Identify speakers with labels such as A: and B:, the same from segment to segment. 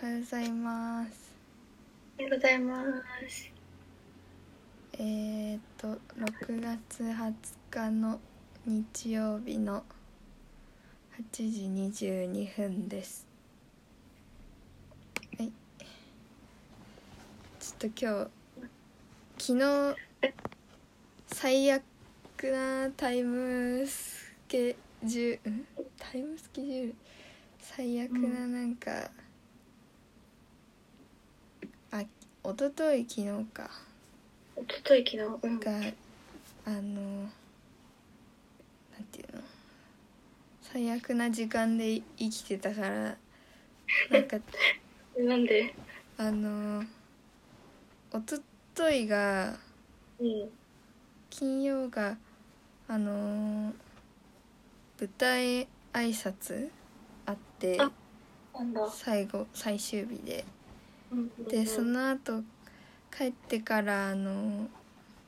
A: おはようございます
B: おはようございます。
A: えー、っと6月20日の日曜日の8時22分ですはいちょっと今日昨日最悪なタイムスケジュールんタイムスケジュール最悪ななんか、あ一昨日昨日か
B: おととい昨日、うん、
A: があのなんていうの最悪な時間でい生きてたからなんか
B: なんで、
A: あの一昨日が
B: うん、
A: 金曜があの舞台挨拶あって
B: あなんだ、
A: 最後最終日で
B: うん、う
A: で
B: ん
A: そ、の後帰ってからあの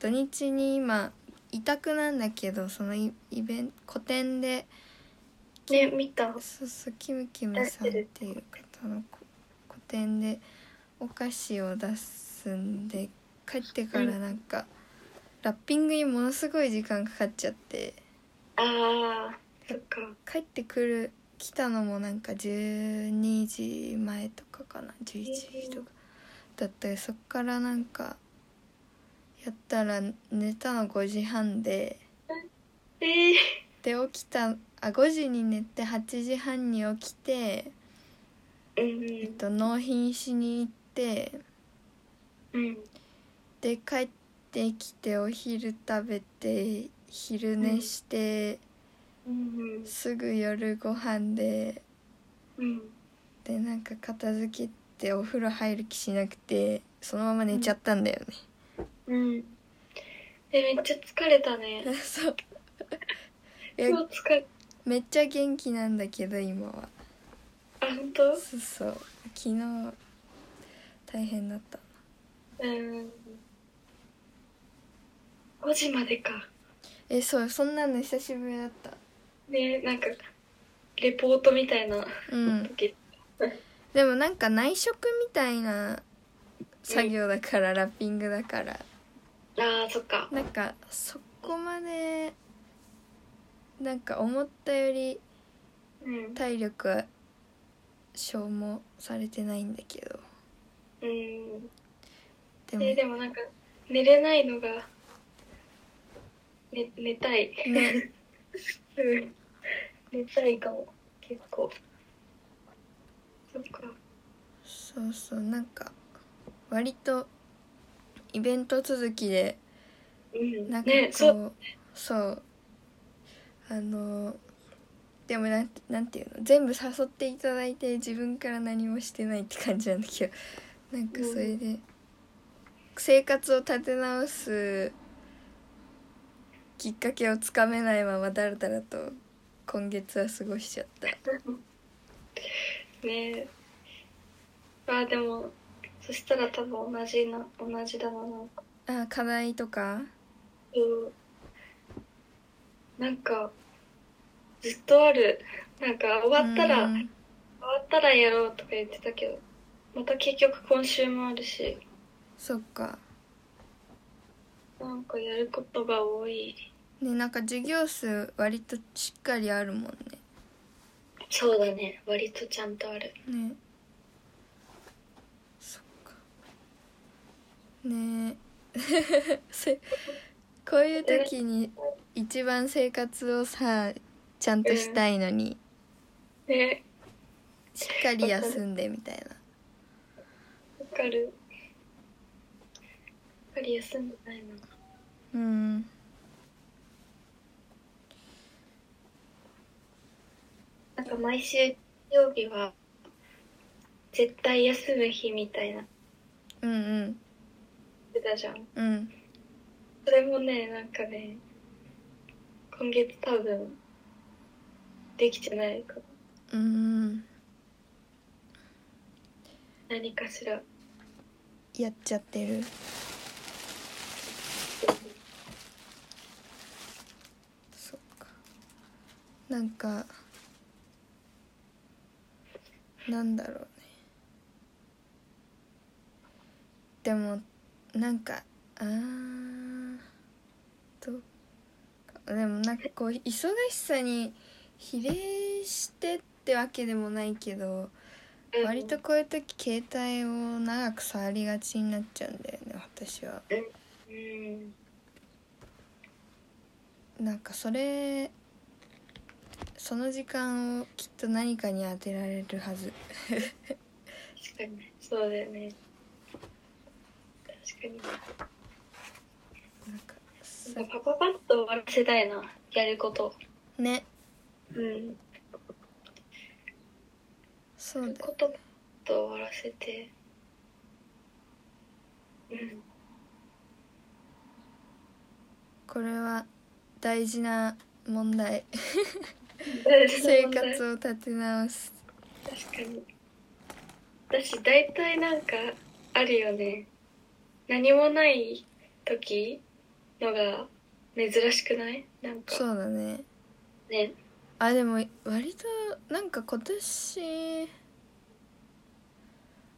A: 土日に今委託なんだけどそのイイベン個展で
B: ね、見た、
A: そうそうキムキムさんっていう方のこ個展でお菓子を出すんで帰ってからなんか、ラッピングにものすごい時間かかっちゃって
B: ああ、そっか、
A: 帰ってくる来たのもなんか12時前とかかな11時とかだったりそっからなんかやったら寝たの5時半で
B: ええ
A: で起きたあ5時に寝て8時半に起きて、えっ
B: ー、
A: と、納品しに行って
B: うん、うん、
A: で帰ってきてお昼食べて昼寝して、
B: うん、
A: すぐ夜ご飯で
B: うん、
A: でなんか片付けてお風呂入る気しなくてそのまま寝ちゃったんだよね、
B: うん、え、めっちゃ疲れたね。
A: そういや
B: 超疲れ、
A: めっちゃ元気なんだけど今は
B: あ、本当、
A: そうそう昨日大変だった
B: うん。5時までか、
A: えそうそんなの久しぶりだった
B: ね、なんか、レポートみたいな
A: うん
B: 時、
A: でもなんか内職みたいな作業だから、ラッピングだから
B: ああ、そっか、
A: なんかそこまでなんか思ったより
B: うん、
A: 体力は消耗されてないんだけど
B: うん。
A: でも
B: えーでもなんか寝れないのが、ね、寝たい、
A: ね
B: うん寝たいかも結構そっか
A: そうそうなんか割とイベント続きで
B: うん
A: なんかこう、
B: ねそう
A: そうあのでもなんてなんていうの全部誘っていただいて自分から何もしてないって感じなんだけどなんかそれで、生活を立て直すきっかけをつかめないままだらだらと今月は過ごしちゃった
B: ねあーでもそしたら多分同じな同じだななんか
A: あ課題とか
B: うんなんかずっとあるなんか終わったら、
A: うん
B: 終わったらやろうとか言ってたけどまた結局今週もあるし
A: そっか
B: なんかやることが多い
A: ねなんか授業数割としっかりあるもんね
B: そうだね割とちゃんとある
A: ねそっかね えせこういう時に一番生活をさちゃんとしたいのに
B: ね
A: しっかり休んでみたいな
B: わかるわかり休んでないな
A: うん
B: なんか毎週曜日は絶対休む日みたいな
A: うんうん
B: 出たじゃん
A: うん
B: それもねなんかね今月多分できてないかも
A: うん
B: 何かしら
A: やっちゃってるそっかなんかなんだろうねでもなんかあーどうかでもなんかこう忙しさに比例してってわけでもないけど
B: うん
A: 割とこういう時携帯を長く触りがちになっちゃうんだよね私は。
B: うん
A: なんかそれその時間をきっと何かに当てられるはず
B: 確かにそうだよね確かに
A: なんかそ
B: なんかパパパッと終わらせたいなやること
A: ね
B: うん
A: そうだよ
B: ことパッと終わらせてうん
A: これは大事な問題生
B: 生
A: 活を立て直す
B: 確かに私大体なんかあるよね何もない時のが珍しくないなんか
A: そうだね
B: ね
A: あでも割となんか今年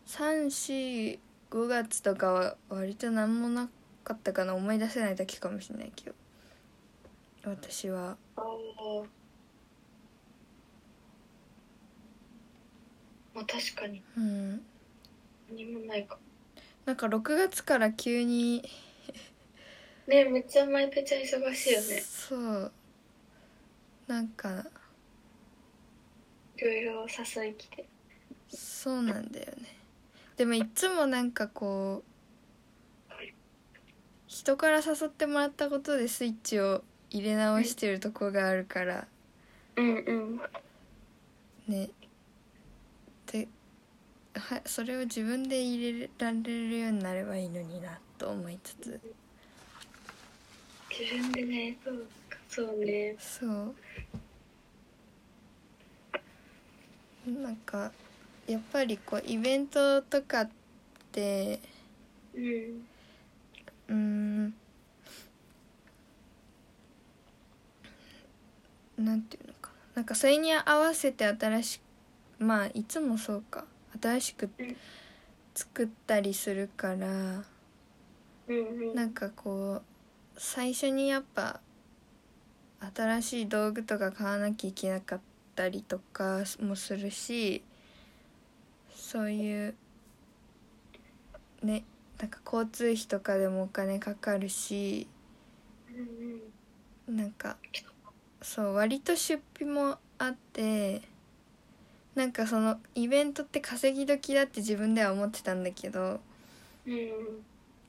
A: 345月とかは割と何もなかったかな思い出せないだけかもしれないけど私は
B: ああまあ確かに
A: うん
B: 何もないか
A: なんか6月から急に
B: ねめっちゃマイペちゃん忙しいよね
A: そうなんか
B: いろいろ誘い来て
A: そうなんだよねでもいっつもなんかこう人から誘ってもらったことでスイッチを入れ直してるとこがあるから
B: うんうん
A: ねではそれを自分で入れられるようになればいいのになと思いつつ
B: 自分でねそうかそうね
A: そうなんかやっぱりこうイベントとかって
B: うん
A: うーんなんていうのかななんかそれに合わせて新しくまあいつもそうか新しく
B: うん
A: 作ったりするから
B: うんうん
A: なんかこう最初にやっぱ新しい道具とか買わなきゃいけなかったりとかもするしそういうねなんか交通費とかでもお金かかるし
B: うん
A: なんかそう割と出費もあってなんかそのイベントって稼ぎ時だって自分では思ってたんだけど
B: うん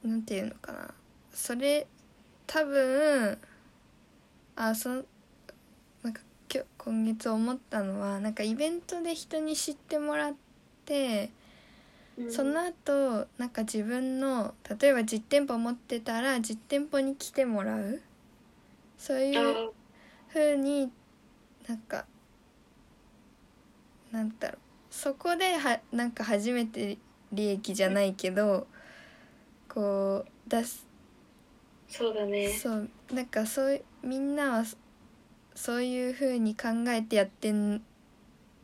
B: うん
A: なんていうのかなそれ多分あそのなんか今日今月思ったのはなんかイベントで人に知ってもらって
B: うん
A: その後なんか自分の例えば実店舗持ってたら実店舗に来てもらうそう
B: あ
A: いう
B: ー
A: ふうになんかなんだろうそこではなんか初めて利益じゃないけどこう出す
B: そうだね
A: そうなんかそういうみんなはそそういうふうに考えてやってん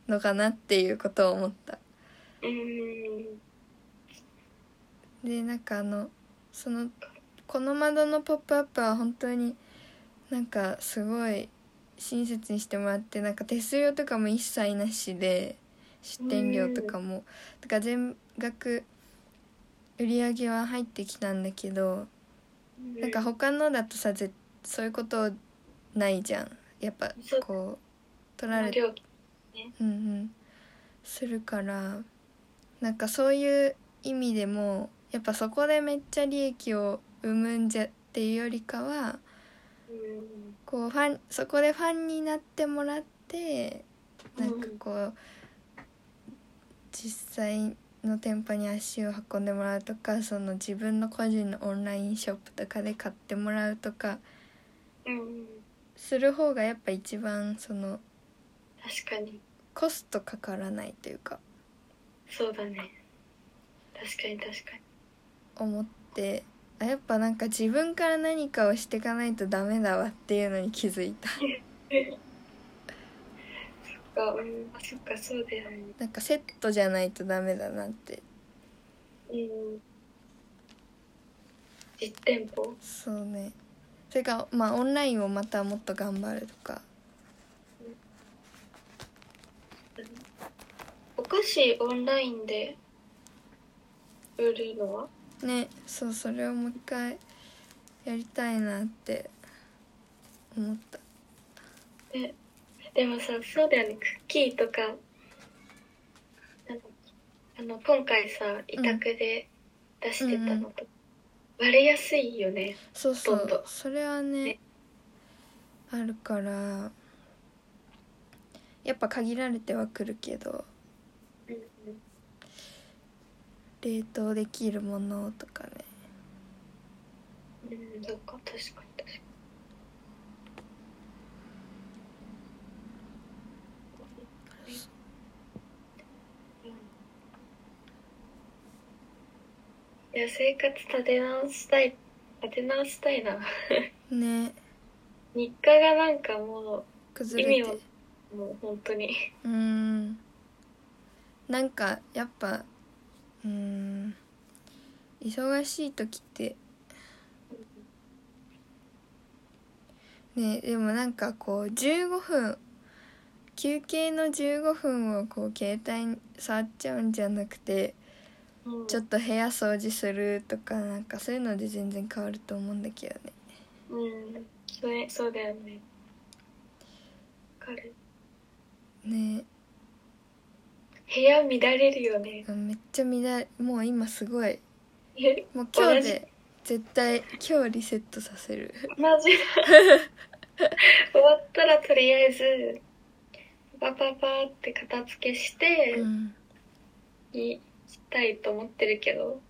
A: のかなっていうことを思った。
B: うん
A: でなんかあのそのこの窓の「ポップアップは本当になんかすごい親切にしてもらってなんか手数料とかも一切なしで出店料とかもだから全額売り上げは入ってきたんだけど
B: うん
A: なんか他のだとさぜそういうことないじゃんやっぱ
B: そう
A: こう取られて
B: 料金
A: うんうん、するからなんかそういう意味でもやっぱそこでめっちゃ利益を生むんじゃっていうよりかは
B: うん
A: こうファンそこでファンになってもらってなんかこう、実際の店舗に足を運んでもらうとかその自分の個人のオンラインショップとかで買ってもらうとか
B: うん
A: する方がやっぱ一番その
B: 確かに
A: コストかからないというか
B: そうだね確かに確かに
A: 思ってあやっぱなんか自分から何かをしていかないとダメだわっていうのに気づいた
B: そっかうんあそっかそうだよね
A: なんかセットじゃないとダメだなって
B: うん実店舗
A: そうねそれかまあオンラインをまたもっと頑張るとか
B: お菓子オンラインで売るのは
A: ねそうそれをもう一回やりたいなって思った
B: えでもさそうだよねクッキーとかなんだっけあの今回さ委託で出してたのと、割れやすいよね
A: そうそ
B: どんど
A: うんそれはね
B: ね
A: あるからやっぱ限られてはくるけど
B: うんうん
A: 冷凍できるものとかね
B: うんそっか確かに確かにうんいや生活立て直したい立て直したいな
A: ね
B: 日課がなんかも
A: 崩れ
B: 意味
A: て
B: をうもう本当に
A: うーんなんかやっぱうーん忙しい時ってねでもなんかこう15分休憩の15分をこう携帯に触っちゃうんじゃなくてちょっと部屋掃除するとかなんかそういうので全然変わると思うんだけどね
B: うんそれそうだよねわかる
A: ね
B: 部屋乱れるよね
A: めっちゃ乱れもう今すごい
B: え
A: もう今
B: 同
A: 日
B: じ
A: で絶対今日リセットさせる
B: マジだ終わったらとりあえずパパパって片付けして
A: うん
B: いしたいと思ってるけど、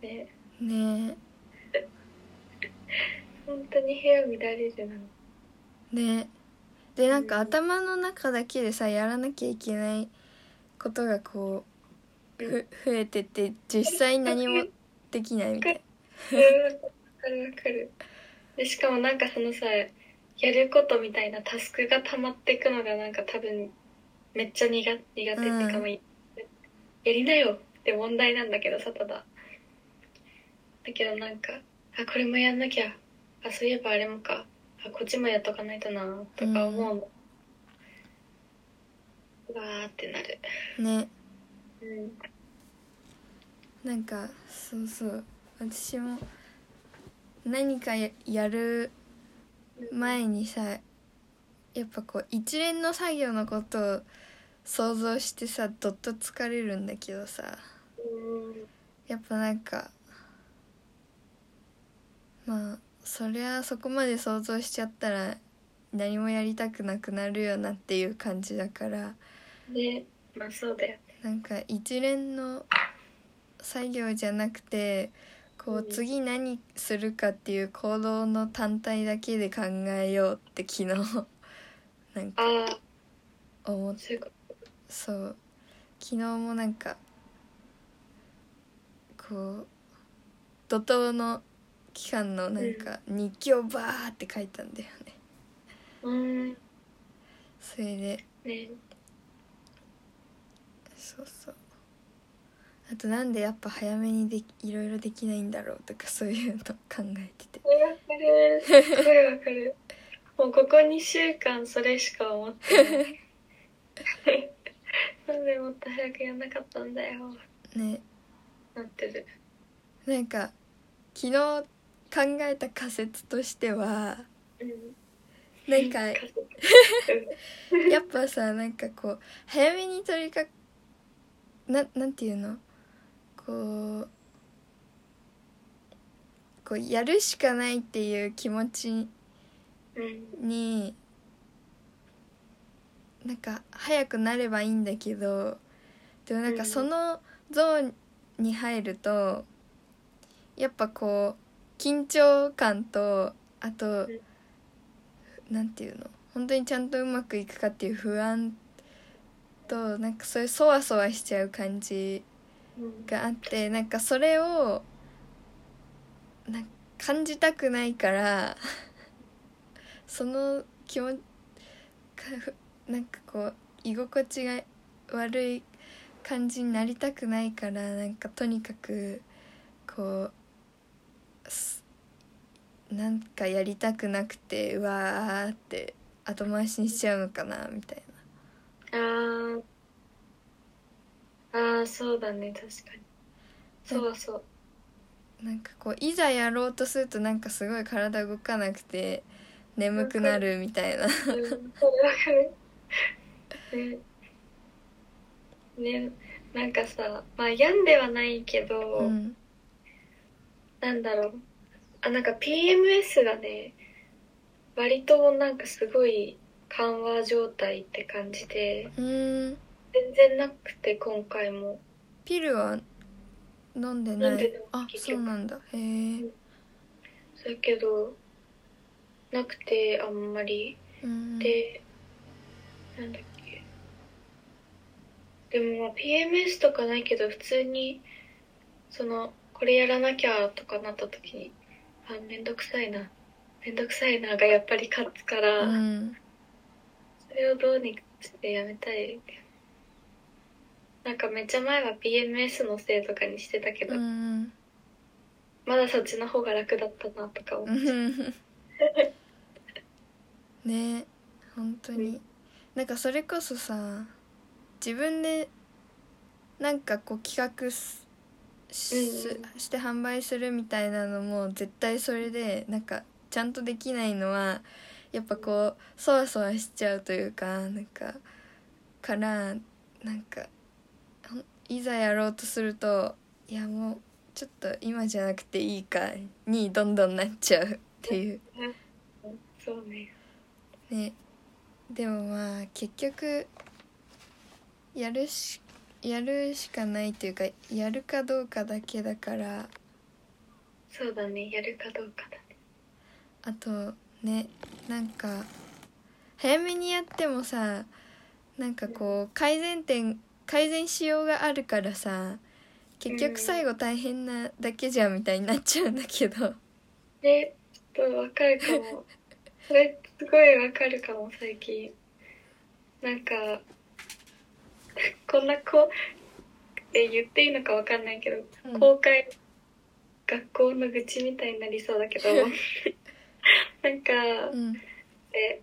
B: ね
A: ね
B: 本当に部屋乱れるな
A: えねえでなんか
B: うん
A: 頭の中だけでさやらなきゃいけないことがこうふ増えてって実際何もできないみたい
B: うんわかるわかるでしかもなんかそのさやることみたいなタスクが溜まっていくのがなんか多分めっちゃ苦苦手っていうか、
A: うん
B: まあやりなよって問題なんだけどさただだけどなんかあこれもやんなきゃあそういえばあれもかあこっちもやっとかないとなとか思うの、うわーってなる
A: なね
B: うん
A: なんかそうそう私も何かややる前にさやっぱこう一連の作業のことを想像してさどっと疲れるんだけどさ
B: うん
A: やっぱなんかまあそりゃそこまで想像しちゃったら何もやりたくなくなるよなっていう感じだから
B: でまあそうだよ
A: なんか一連の作業じゃなくてこ
B: う
A: うん次何するかっていう行動の単体だけで考えようって昨日なんか
B: ああ
A: 思っ
B: そういうこと
A: そう昨日もなんかこう怒涛の期間のなんか日記をバーって書いたんだよね
B: うんね
A: それで そうそうあとなんでやっぱ早めにできいろいろできないんだろうとかそういうの考えてて
B: わかるすごいわかるもうここ2週間それしか思ってないなんでもっと早くやんなかったんだよ
A: ね
B: なってる
A: なんか昨日考えた仮説としては
B: うん
A: なんか
B: 家族
A: やっぱさなんかこう早めに取りかななんていうのこうこうやるしかないっていう気持ち
B: うん
A: になんか早くなればいいんだけどでもなんか
B: うん
A: そのゾーンに入るとやっぱこう緊張感とあと
B: ん
A: なんていうの本当にちゃんとうまくいくかっていう不安となんかそういうそわそわしちゃう感じ
B: うん
A: があってなんかそれをなんか感じたくないから その気持ちかふなんかこう居心地が悪い感じになりたくないからなんかとにかくこうすなんかやりたくなくてうわーって後回しにしちゃうのかなみたい
B: あーあーそうだね確かにそうそう
A: ななんかこういざやろうとするとなんかすごい体動かなくて眠くなるみたいな
B: うんそれわかるねねなんかさまあ病んではないけど、
A: うん
B: なんだろうあなんか PMS がね割となんかすごい緩和状態って感じで
A: うーん
B: 全然なくて今回も
A: ピルは飲んで
B: 飲
A: なんい
B: でない
A: あ
B: 結
A: そ
B: 局
A: うなんだへえ
B: それけどなくてあんまり
A: うん
B: でなんだっけでもまあ PMS とかないけど普通にそのこれやらなきゃとかなった時にあめんどくさいなめんどくさいながやっぱり勝つから。
A: うん
B: それをどうにかしてやめたいなんかめっちゃ前は PMS のせいとかにしてたけど、
A: うん
B: まだそっちの方が楽だったなとか思
A: う
B: っちゃうん
A: ね本当になんかそれこそさ自分でなんかこう企画すし
B: うん
A: して販売するみたいなのも絶対それでなんかちゃんとできないのはやっぱこうそわそわしちゃうというかなんかからなんかほんいざやろうとするといやもうちょっと今じゃなくていいかにどんどんなっちゃうっていう
B: そうね
A: ねでもまあ結局やるしやるしかないというかやるかどうかだけだから
B: そうだねやるかどうかだね
A: あとねなんか早めにやってもさなんかこう改善点改善しようがあるからさ結
B: うん
A: 局最後大変なだけじゃんみたいになっちゃうんだけど
B: でちょっとわかるかもそれすごいわかるかも最近なんかこんな子え言っていいのかわかんないけど
A: うん
B: 公開学校の愚痴みたいになりそう だけどなんか、
A: うん
B: え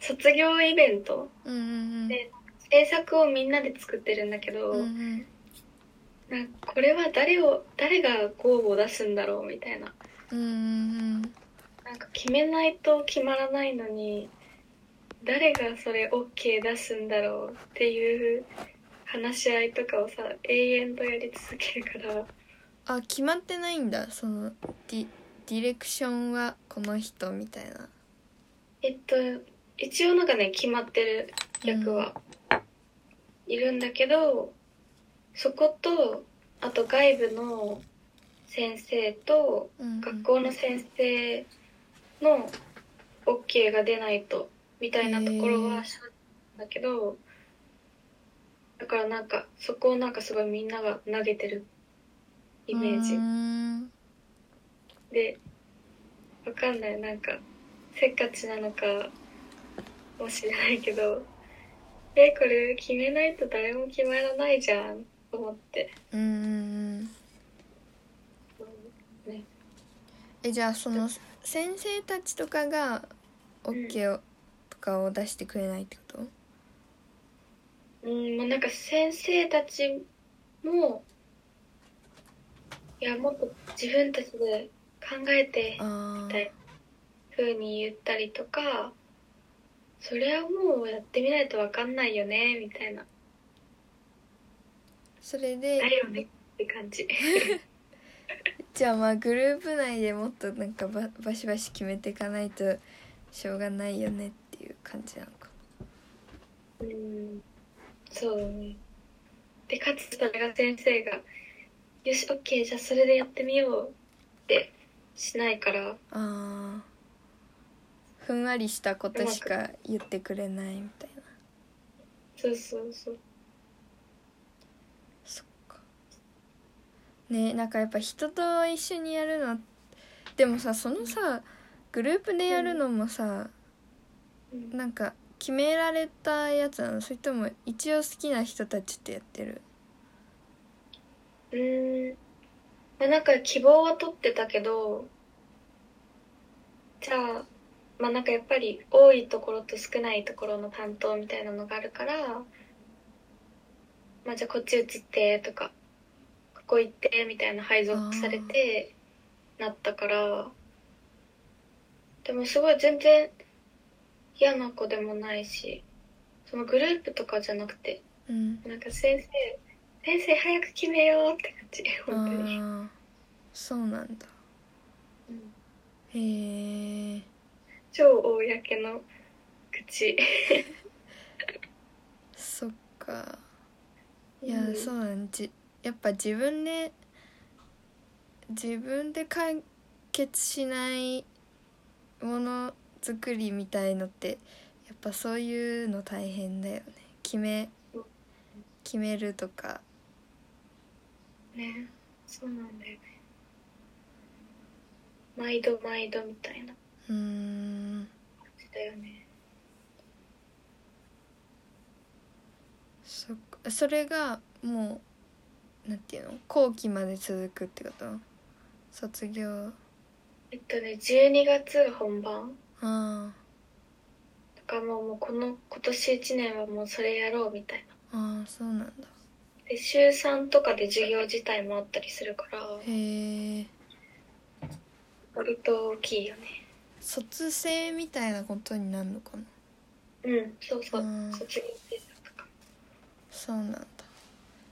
B: 卒業イベント
A: うんうん
B: で制作をみんなで作ってるんだけど、
A: うんうんうん
B: なんかこれは誰を誰が号を出すんだろうみたいな
A: うんうん
B: なんか決めないと決まらないのに誰がそれ OK 出すんだろうっていう話し合いとかをさ永遠とやり続けるから
A: あ決まってないんだそのディディレクションはこの人みたいな
B: えっと一応なんかね決まってる役は、いるんだけどそことあと外部の先生と
A: うん
B: 学校の先生の OK が出ないとみたいなところ
A: へ
B: は
A: ー
B: 正直なんだけどだからなんかそこをなんかすごいみんなが投げてるイメージ
A: うーん
B: でわかんないなんかせっかちなのかもしれないけどえこれ決めないと誰も決まらないじゃんと思って
A: うんうんうんえじゃあその先生たちとかが OK を、とかを出してくれないってこと
B: うんもうなんか先生たちもいやもっと自分たちで考えて
A: ああ
B: みたいふうに言ったりとかそれはもうやってみないとわかんないよねみたいな
A: それ
B: だ
A: で
B: よねって感じ。
A: じゃあまあグループ内でもっとなんかババシバシ決めていかないとしょうがないよねっていう感じなのか
B: うんそうだね。で、かつそれが先生が、よし、オッケー、じゃあそれでやってみようってしないから、
A: ああふんわりしたことしか言ってくれないみたいな
B: そうそうそう。
A: そっかねなんかやっぱ人と一緒にやるのでもさそのさグループでやるのもさ
B: うん
A: なんか決められたやつなのそれとも一応好きな人たちってやってる
B: うーん。まあ、なんか希望は取ってたけど、じゃあまあなんかやっぱり多いところと少ないところの担当みたいなのがあるからまあじゃあこっち移ってとかここ行ってみたいな配属されてなったからでもすごい全然嫌な子でもないしそのグループとかじゃなくて
A: うん
B: なんか先生先生早く決めようって感じ
A: あ
B: 本当に、
A: ーそうなんだ
B: うん
A: へえ
B: 超公の口
A: そっかいや、
B: うん
A: そうなんじやっぱ自分で自分で完結しないものづくりみたいのってやっぱそういうの大変だよね決め決めるとか
B: ねそうなんだよね毎度毎度みたいな
A: うーん
B: 感じだよね
A: そっかそれがもうなんていうの後期まで続くってこと卒業
B: えっとね12月が本番
A: あー
B: だからもうもうこの今年1年はもうそれやろうみたいな
A: あーそうなんだ
B: で週3とかで授業自体もあったりするから
A: へえ
B: 割と大きいよね
A: 卒生みたいなことになるのかな
B: うんそうそう
A: うん
B: 卒業制作とか
A: そうなんだ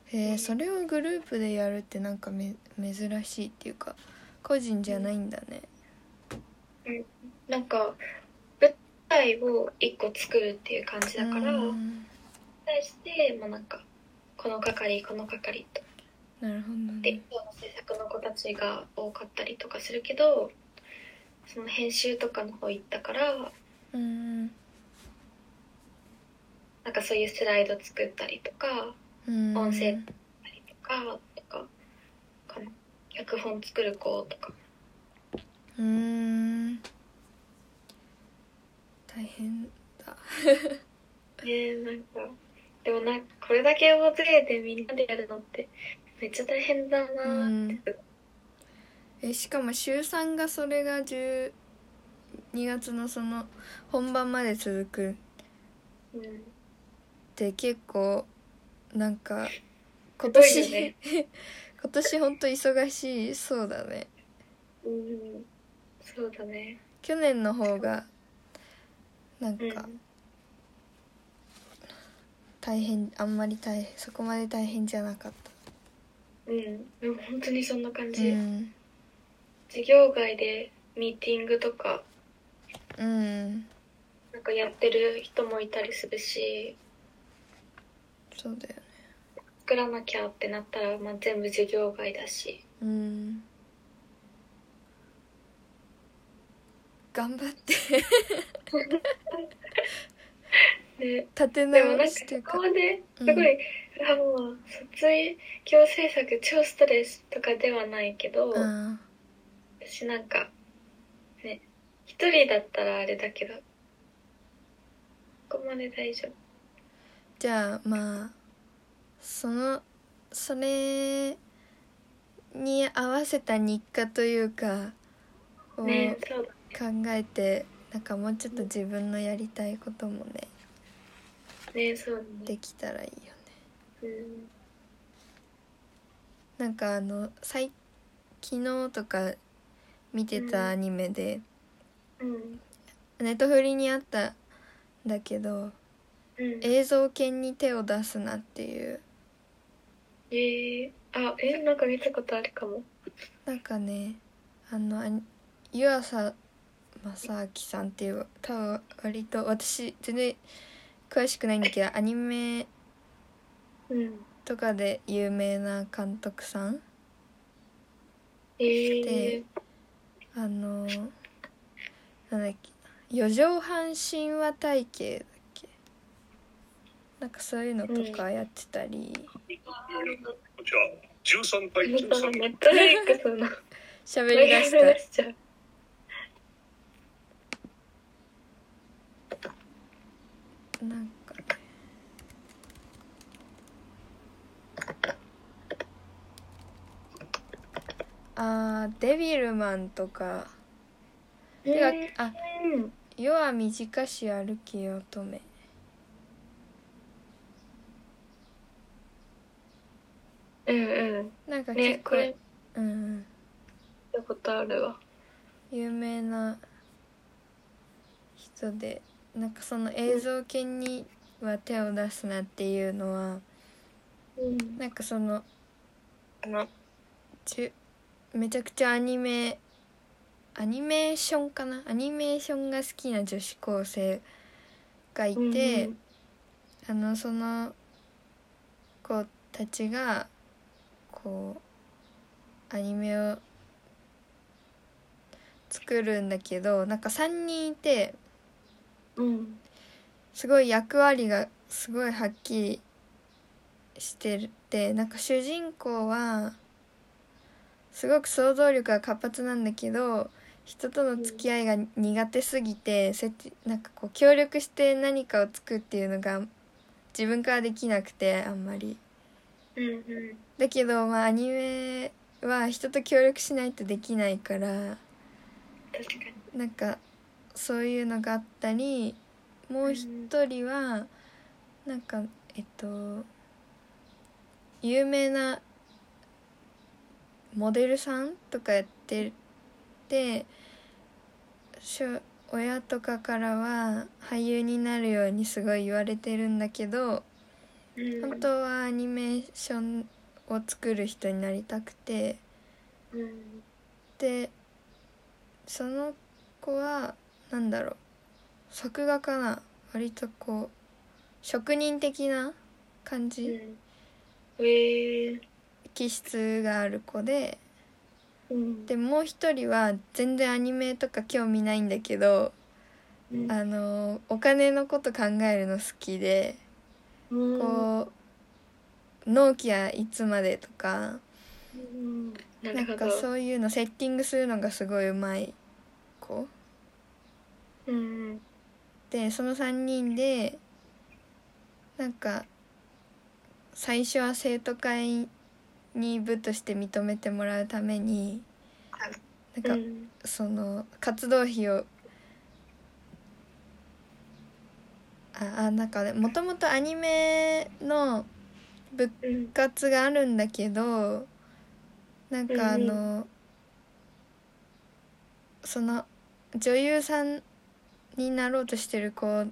A: へえそれをグループでやるってなんかめ珍しいっていうか個人じゃないんだね
B: なんか舞台を1個作るっていう感じだから、
A: うん
B: 対して、まあ、なんかこの係この係と
A: なるほど
B: で
A: ね
B: 今日の制作の子たちが多かったりとかするけどその編集とかの方行ったから
A: うん
B: なんかそういうスライド作ったりとか
A: うん
B: 音声とかとかかな脚本作る子とか
A: うん大変だ
B: ねなんかでもなんかこれだけ大勢でみんなでやるのってめっちゃ大変だな
A: う
B: ーっ
A: ん
B: て、
A: えしかも週3がそれが12月のその本番まで続く
B: うん
A: って結構なんか今
B: どい
A: 年、
B: よね
A: 今年ほんと忙しいそうだね
B: うん、そうだね
A: 去年の方がなん
B: うん
A: か大変あんまり大変そこまで大変じゃなかっ
B: うんでも本当にそんな感
A: たう
B: じ、
A: ん、
B: 授業外でミーティングとか
A: うん、
B: なんかやってる人もいたりするし
A: そうだよね
B: 作らなきゃってなったら、まあ、全部授業外だし
A: うん頑張って
B: で
A: 立て
B: でも
A: 直
B: なんか
A: しという
B: こ
A: か
B: こまです
A: うん
B: ごい、あもう卒業制作超ストレスとかではないけど、
A: うん
B: 私なんかね一人だったらあれだけどここまで大丈夫
A: じゃあまあそのそれに合わせた日課というかを考
B: ねそうだ
A: えてなんかもうちょっと自分のやりたいこともね
B: ねそうだね
A: できたらいいよね
B: うん
A: なんかあの最昨日とか見てたアニメで、
B: うん
A: ネットフリにあったんだけど
B: うん
A: 映像犬に手を出すなっていう
B: えー、あえなんか見たことあるかも
A: なんかねあのあに湯浅正明さんっていう多分割と私全然詳しくないんだけどアニメ
B: うん
A: とかで有名な監督さん
B: えー、
A: あのなんだっけ四畳半神話体系だっけなんかそういうのとかやってたり、
C: こちら十三
B: ネ
C: 対十三。
B: ットフリックスの
A: 喋り出した
B: た。
A: なんかねあーデビルマンとかでは
B: うん
A: あ夜は短し歩きよ乙女
B: うんうん
A: なんか
B: ね
A: 結構、
B: これ見
A: うんうん
B: たことあるわ
A: 有名な人でなんかその映像犬には手を出すなっていうのは
B: うん
A: なんかその
B: あの
A: ちゅめちゃくちゃアニメアニメーションかなアニメーションが好きな女子高生がいて、
B: うん
A: あのその子たちがこうアニメを作るんだけどなんか3人いて
B: うん
A: すごい役割がすごいはっきりしてるってなんか主人公はすごく想像力が活発なんだけど人との付き合いが苦手すぎてせちなんかこう協力して何かを作っていうのが自分からできなくてあんまり。
B: うんうん
A: だけど、まあ、アニメは人と協力しないとできないから
B: 確かに
A: なんかそういうのがあったりもう一人はなんかえっと有名なモデルさんとかやっててしょ親とかからは俳優になるようにすごい言われてるんだけど
B: うん
A: 本当はアニメーションを作る人になりたくて。
B: うん
A: でその子はなんだろう作画かな割とこう職人的な感
B: う
A: じ、
B: んへえ
A: 気質がある子で
B: うん
A: でもう一人は全然アニメとか興味ないんだけど、
B: うん
A: あのお金のこと考えるの好きで、
B: うん
A: こう納期はいつまでとか
B: うんな
A: な
B: る
A: ん
B: ほ
A: か
B: ど
A: そういうのセッティングするのがすごいうまい子。
B: うん
A: でその3人でなんか最初は生徒会に部として認めてもらうためになん
B: う
A: か
B: ん
A: その活動費をああなんかねもともとアニメの部
B: うん
A: 部活があるんだけどなんかあ
B: うんうん
A: の、その女優さんになろうとしてる子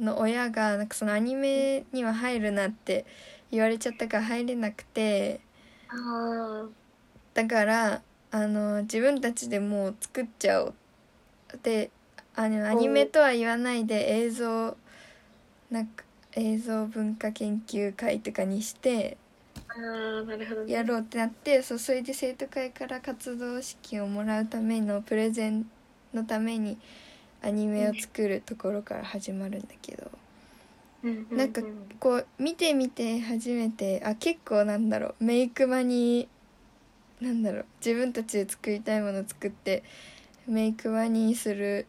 A: の親がなんかそのアニメには入るなって言われちゃったから入れなくて
B: あ
A: だからあの自分たちでもう作っちゃおうであのアニメとは言わないで映像なんか映像文化研究会とかにして。
B: ーあーなるほどね
A: やろうってなってそうそれで生徒会から活動資金をもらうためのプレゼンのためにアニメを作るところから始まるんだけど、
B: うんう
A: なんかこう見てみて初めてあ結構なんだろうメイクマになんだろう自分たちで作りたいものを作ってメイクマにする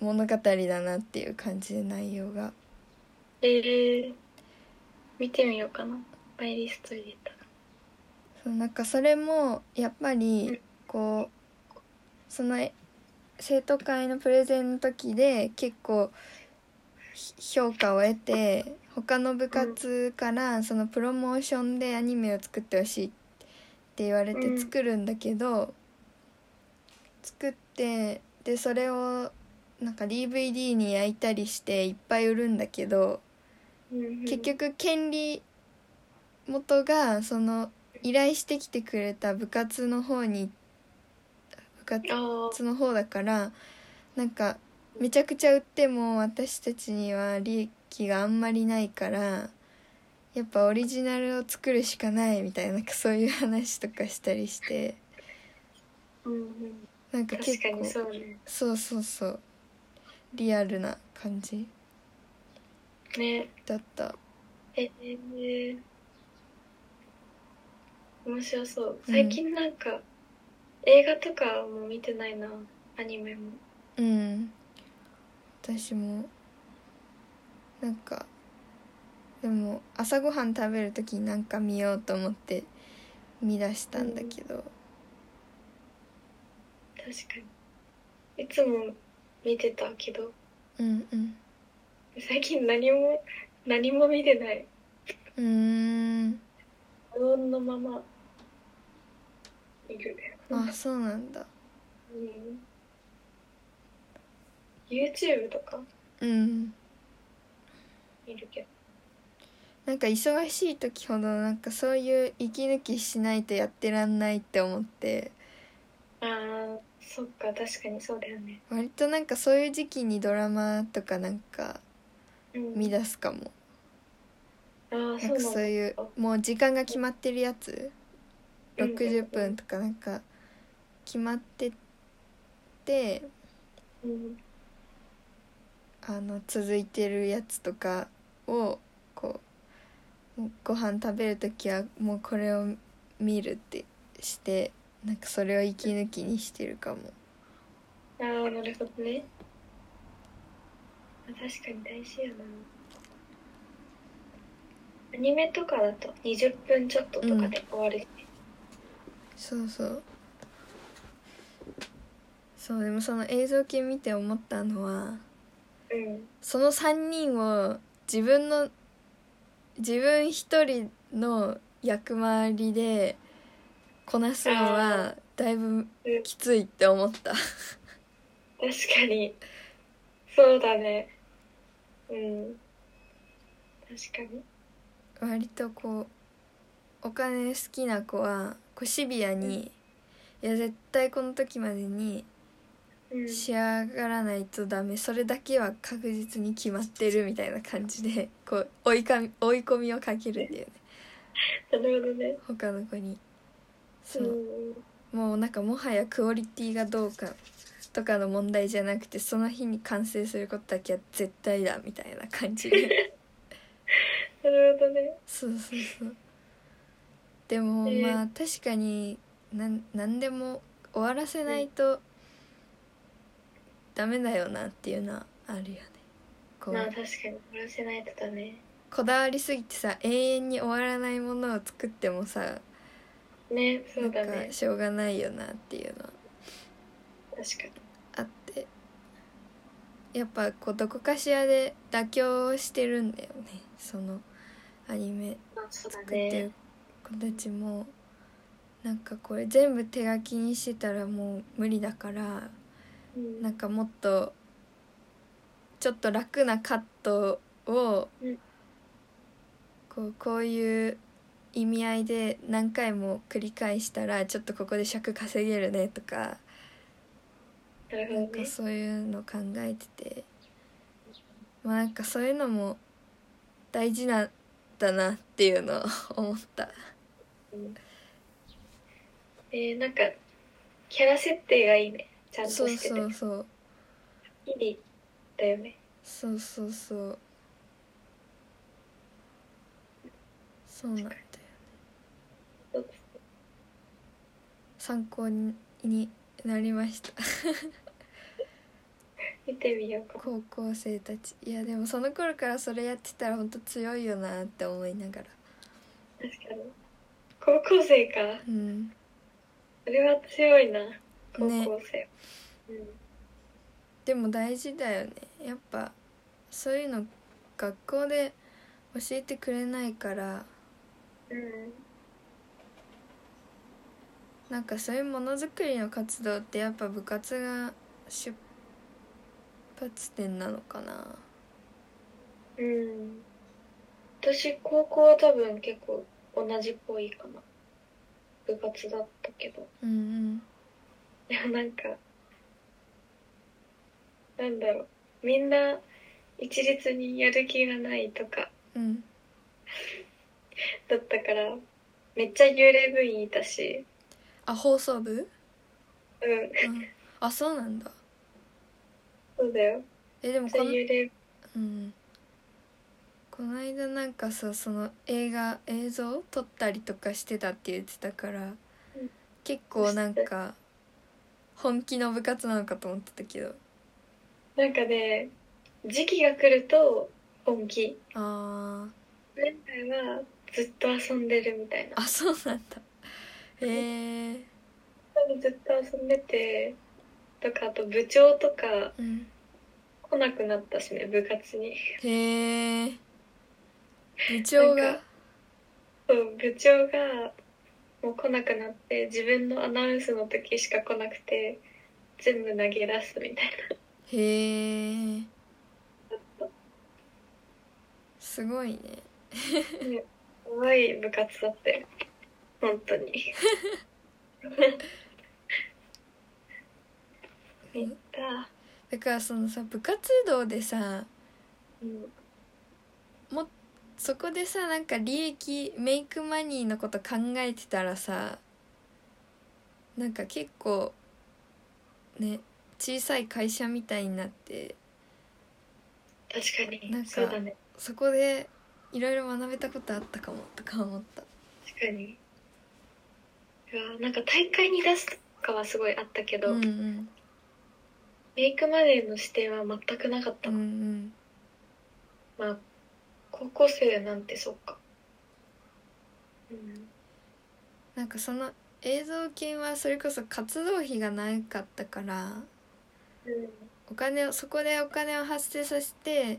A: 物語だなっていう感じで内容が
B: えー、見てみようかなマイリスト入れた
A: そうなんかそれもやっぱ
B: う
A: り
B: ん
A: こうそのえ生徒会のプレゼンの時で結構ひ評価を得て他の部活からそのプロモーションでアニメを作ってほしいって言われ
B: う
A: て
B: ん
A: 作るんだけど作ってでそれをなんか DVD に焼いたりしていっぱい売るんだけど。結局権利元がその依頼してきてくれた部活の方に部
B: あ
A: 活
B: あ
A: の方だからなんかめちゃくちゃ売っても私たちには利益があんまりないからやっぱオリジナルを作るしかないみたいななんかそういう話とかしたりして
B: うんうん
A: なんか
B: 確
A: 結
B: か
A: 構
B: にそうね
A: そうそうそうリアルな感じ
B: ね
A: だった
B: えー、面白そう最近なんか、映画とかも見てないなアニメも
A: うん私もなんかでも朝ごはん食べる時になんか見ようと思って見出したんだけど、
B: 確かにいつも見てたけど
A: うんうん
B: 最近何も何も見てないう
A: ーん
B: 無音のままいるね
A: あそうなんだ
B: うん、YouTube とか
A: うん
B: 見るけど
A: なんか忙しい時ほどなんかそういう息抜きしないとやってらんないって思って
B: ああそっか確かにそうだよね
A: 割となんかそういう時期にドラマとかなんか
B: うん
A: 見出すかも
B: ああ
A: なん
B: そう
A: か
B: なん
A: そう
B: だ
A: いうもう時間が決まってるやつ
B: うん
A: 60分とかなんか決まってて
B: うん
A: あの続いてるやつとかをこうもうご飯食べる時はもうこれを見るってしてなんかそれを息抜きにしてるかも。
B: ああなるほどねあ確かに大事やなアニメとかだと20分ちょっととかで終わるし、
A: そうそうそうでもその映像系見て思ったのは
B: うん
A: その3人を自分の自分一人の役回りでこなすのはだいぶきついって思った
B: 確かにそうだねうん確かに
A: 割とこうお金好きな子はこうシビアに、いや絶対この時までに
B: うん
A: 仕上がらないとダメそれだけは確実に決まってるみたいな感じでこう追いかみ追い込みをかけるんだよね
B: なるほどね
A: 他の子にそうう、もうなんかもはやクオリティがどうかとかの問題じゃなくてその日に完成することだけは絶対だみたいな感じ で
B: なるほどね
A: そうそうそうでも
B: えー
A: まあ確かになん何でも終わらせないとダメだよなっていうのはあるよねこう
B: まあ確かに殺せないとだね
A: こだわりすぎてさ永遠に終わらないものを作ってもさ
B: ねそ
A: な
B: うん
A: か
B: だね
A: しょうがないよなっていうのは
B: 確かに
A: あってやっぱこうどこかしらで妥協してるんだよねそのアニメ
B: まあそうだ
A: 作って
B: ね
A: る子たちも、なんかこれ全部手書きにしてたらもう無理だから
B: うん
A: なんかもっとちょっと楽なカットを、
B: うん
A: こうこういう意味合いで何回も繰り返したらちょっとここで尺稼げるねとか
B: なるほ
A: なん
B: ど
A: か
B: ね
A: そういうの考えててまあなんかそういうのも大事なんだなっていうのを思った
B: えー、なんかキャラ設定がいいねちゃんと
A: そう
B: してて
A: そうそう
B: いいだよね
A: そうそうそうそうなんだよ
B: そうです
A: 参考にになりました
B: 見てみようか
A: 高校生たちいやでもその頃からそれやってたら本当強いよなって思いながら
B: 確かに高校生か
A: うん
B: それは強いな高
A: ね
B: 校生、うん
A: でも大事だよねやっぱそういうの学校で教えてくれないから
B: うん
A: なんかそういうものづくりの活動ってやっぱ部活が出発点なのかな
B: うん私高校は多分結構同じっぽいかな部活だったけど
A: うんうん
B: でもなんかなんだろうみんな一律にやる気がないとか
A: うん
B: だったからめっちゃ幽霊部員いたし
A: あ放送部、
B: うん
A: うん、あそうなんだ
B: そうだよ
A: えで
B: め
A: も
B: っちゃ
A: この
B: 幽霊
A: うんこの間なんかさその映画映像撮ったりとかしてたって言ってたから
B: うん
A: 結構なんか本気の部活なのかと思ってたけど
B: なんかね時期が来ると本気
A: あ ー
B: 前回はずっと遊んでるみたいな
A: あそうなんだへえ
B: 多分ずっと遊んでてとかあと部長とか
A: うん
B: 来なくなったしね部活に
A: へえ部長
B: なん
A: が
B: かそう部長がもう来なくなって自分のアナウンスの時しか来なくて全部投げ出すみたい
A: へえ
B: な
A: すごいね
B: 怖い部活だったよ本当にめっちゃ
A: だからそのさ部活動でさ
B: うん
A: そこでさなんか利益メイクマニーのこと考えてたらさなんか結構ね小さい会社みたいになって
B: 確かに
A: なんか
B: そうだね
A: そこでいろいろ学べたことあったかもとか思った
B: 確かにうわなんか大会に出すとかはすごいあったけど、
A: うんうん
B: メイクマネーの視点は全くなかっ
A: う
B: た、
A: んうん
B: まあ高校生なんてそっかうん
A: なんかその映像系はそれこそ活動費がなかったから
B: うん
A: お金をそこでお金を発生させて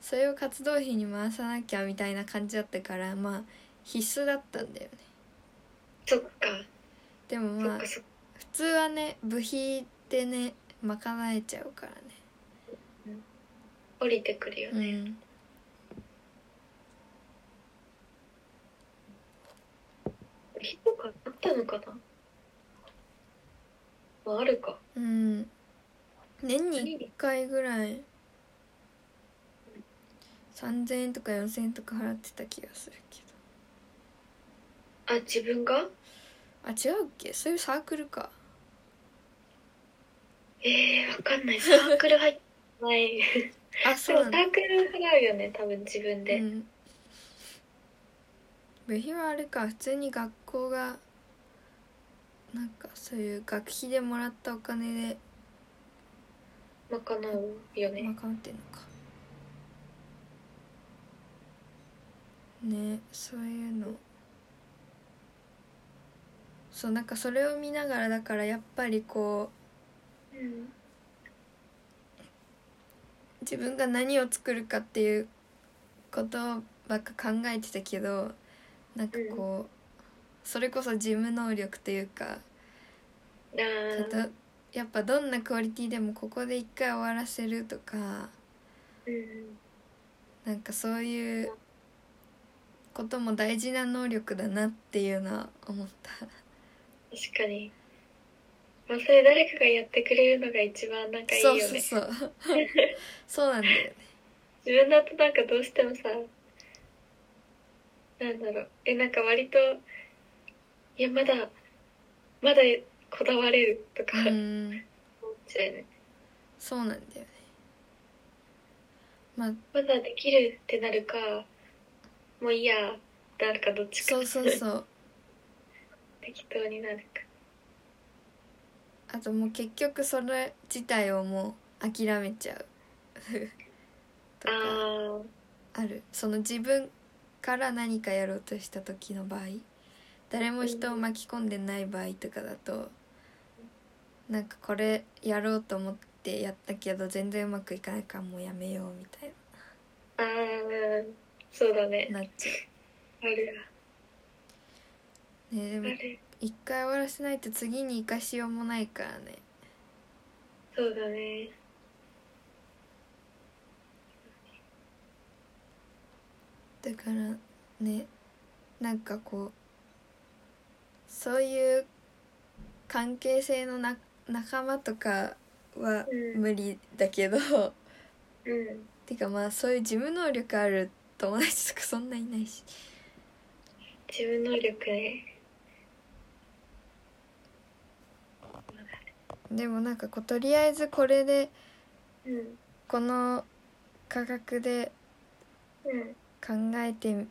A: それを活動費に回さなきゃみたいな感じだったからまあ必須だったんだよね
B: そっか、
A: でもま
B: そっ
A: あ
B: か
A: 普
B: そっか
A: 通はね部費ってね賄えちゃうから
B: 降りてくるよ
A: ね
B: ね、
A: うん
B: 日とかあったのかなまああるか
A: うん年に1回ぐらい3,000円とか4,000円とか払ってた気がするけど
B: あ自分が
A: あ違うっけそういうサークルか
B: ええー、わかんないサークル入ってない
A: あ
B: で
A: そう
B: も
A: な
B: サ
A: んだ、
B: ークル払うよね多分自分
A: う
B: で、
A: ん、部費はあれか普通に学校がなんかそういう学費でもらったお金で
B: まかなうよね、
A: まあ、ってんのかねそういうのそうなんかそれを見ながらだからやっぱりこ
B: うん
A: う自分が何を作るかっていうことばっか考えてたけどなんかこう、それこそ事務能力というか
B: あー
A: ただやっぱどんなクオリティでもここで一回終わらせるとか
B: うん
A: なんかそういうことも大事な能力だなっていうのは思った
B: 確かにまあそれ誰かがやってくれるのが一番なんかいいよ
A: そう
B: ね
A: そうそう そうなんだよね
B: 自分だとなんかどうしてもさなんだろうえなんか割といやまだまだこだわれるとか
A: う
B: 思っ
A: ん
B: ちゃうよね、
A: そうなんだよねまあ
B: まだできるってなるかもういいやなんかどっちか
A: そうそうそう
B: 適当になるか
A: あともう結局それ自体をもう諦めちゃ うと
B: あ
A: か
B: あ
A: あるその自分から何かやろうとした時の場合誰も人を巻き込んでない場合とかだとなんかこれやろうと思ってやったけど全然うまくいかないからもうやめようみたい
B: あーそうだね
A: ななっちゃ
B: ある
A: うねで
B: あ
A: も
B: る
A: 一回終わらせないと次に生かしようもないからね
B: そうだね
A: だからねなんかこうそういう関係性のな仲間とかは
B: うん
A: 無理だけど、
B: うん
A: てかまあそういう事務能力ある友達とかそんないないし
B: 自分能力ね
A: でもなんかこうとりあえずこれで
B: うん
A: この価格で
B: うん
A: 考えて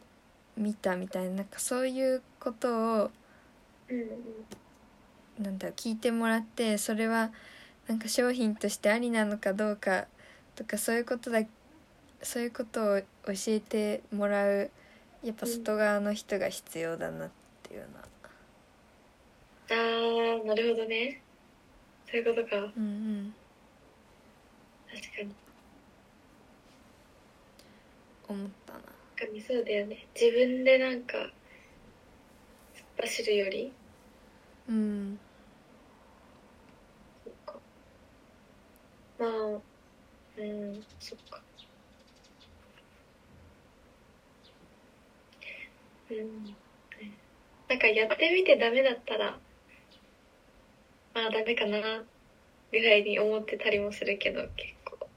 A: みたみたいななんかそういうことを
B: うんうん
A: なんだろう聞いてもらってそれはなんか商品としてありなのかどうかとかそういうことだそういうことを教えてもらうやっぱ外側の人が必要だなっていうのは
B: ああなるほどねそそういうことか確か
A: うんうん
B: に
A: 思ったな
B: 確かにそうだよね自分でなんか突っ走るより
A: うん
B: そっかまあうんそっかうんなんかやってみてダメだったらまあダメかなぐらいに思ってたりもするけど結構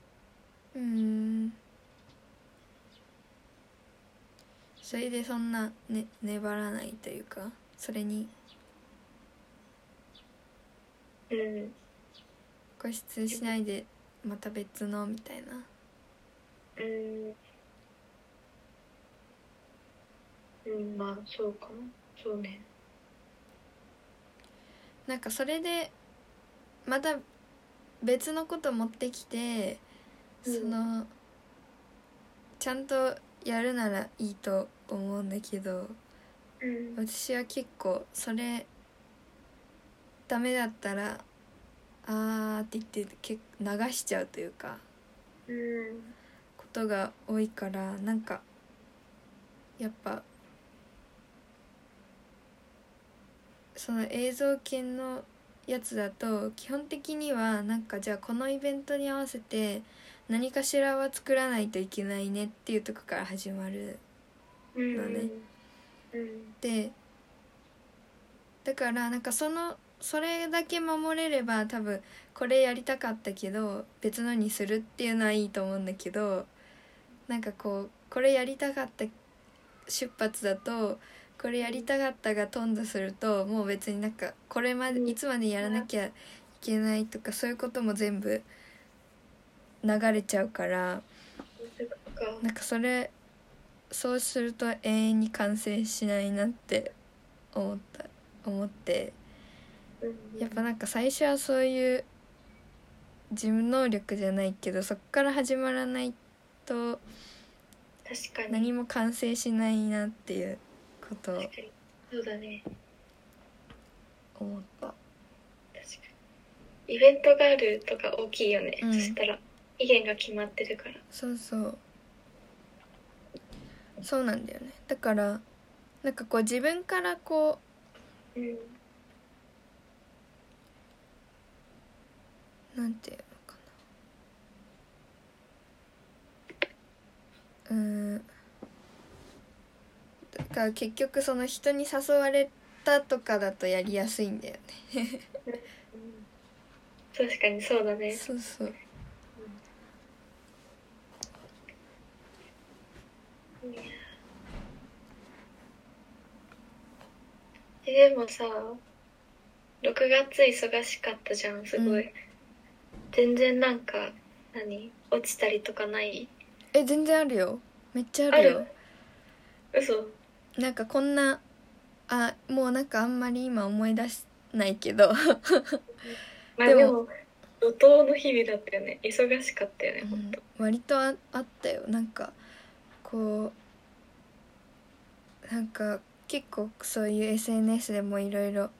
A: うんそれでそんな、ね、粘らないというかそれに
B: うん
A: 固執しないでまた別のみたいな
B: うんうんまあそうかなそうね
A: なんかそれでまた別のこと持ってきてその、ちゃんとやるならいいと思うんだけど
B: うん
A: 私は結構それダメだったらあーって言って結構流しちゃうというか
B: うん
A: ことが多いからなんかやっぱその映像系のやつだと基本的にはなんかじゃあこのイベントに合わせて何かしらは作らないといけないねっていうとこから始まる
B: うん
A: だね
B: うん
A: でだからなんかそのそれだけ守れれば多分これやりたかったけど別のにするっていうのはいいと思うんだけどなんかこうこれやりたかった出発だとこれやりたかったが頓挫するともう別になんかこれまで
B: うん
A: いつまでやらなきゃいけないとかそういうことも全部流れちゃうから
B: そういうことか
A: なんかそれそうすると永遠に完成しないなって思った思って
B: うん
A: やっぱなんか最初はそういう自分能力じゃないけどそっから始まらないと
B: 確かに
A: 何も完成しないなっていうことを
B: 確かにそうだね
A: 思った
B: 確かにイベントがあるとか大きいよね、
A: うん
B: そしたら期限が決まってるから
A: そうそうそうなんだよねだからなんかこう自分からこう
B: うん
A: なんていうのかなうーんだから結局その人に誘われたとかだとやりやすいんだよ
B: 確かにそうだ
A: ね
B: ね
A: そうそう
B: えでもさ6月忙しかったじゃんすごい、
A: うん
B: 全然なんか何落ちたりとかない
A: え全然あるよめっちゃあるよ
B: 嘘
A: なんかこんなあもうなんかあんまり今思い出しないけど
B: まあ
A: でも
B: でも怒涛の日々だったよね忙しかったよね、
A: う
B: ほん
A: ん
B: と、
A: 割とああったよなんかこうなんか結構そういう SNS でもいろいろ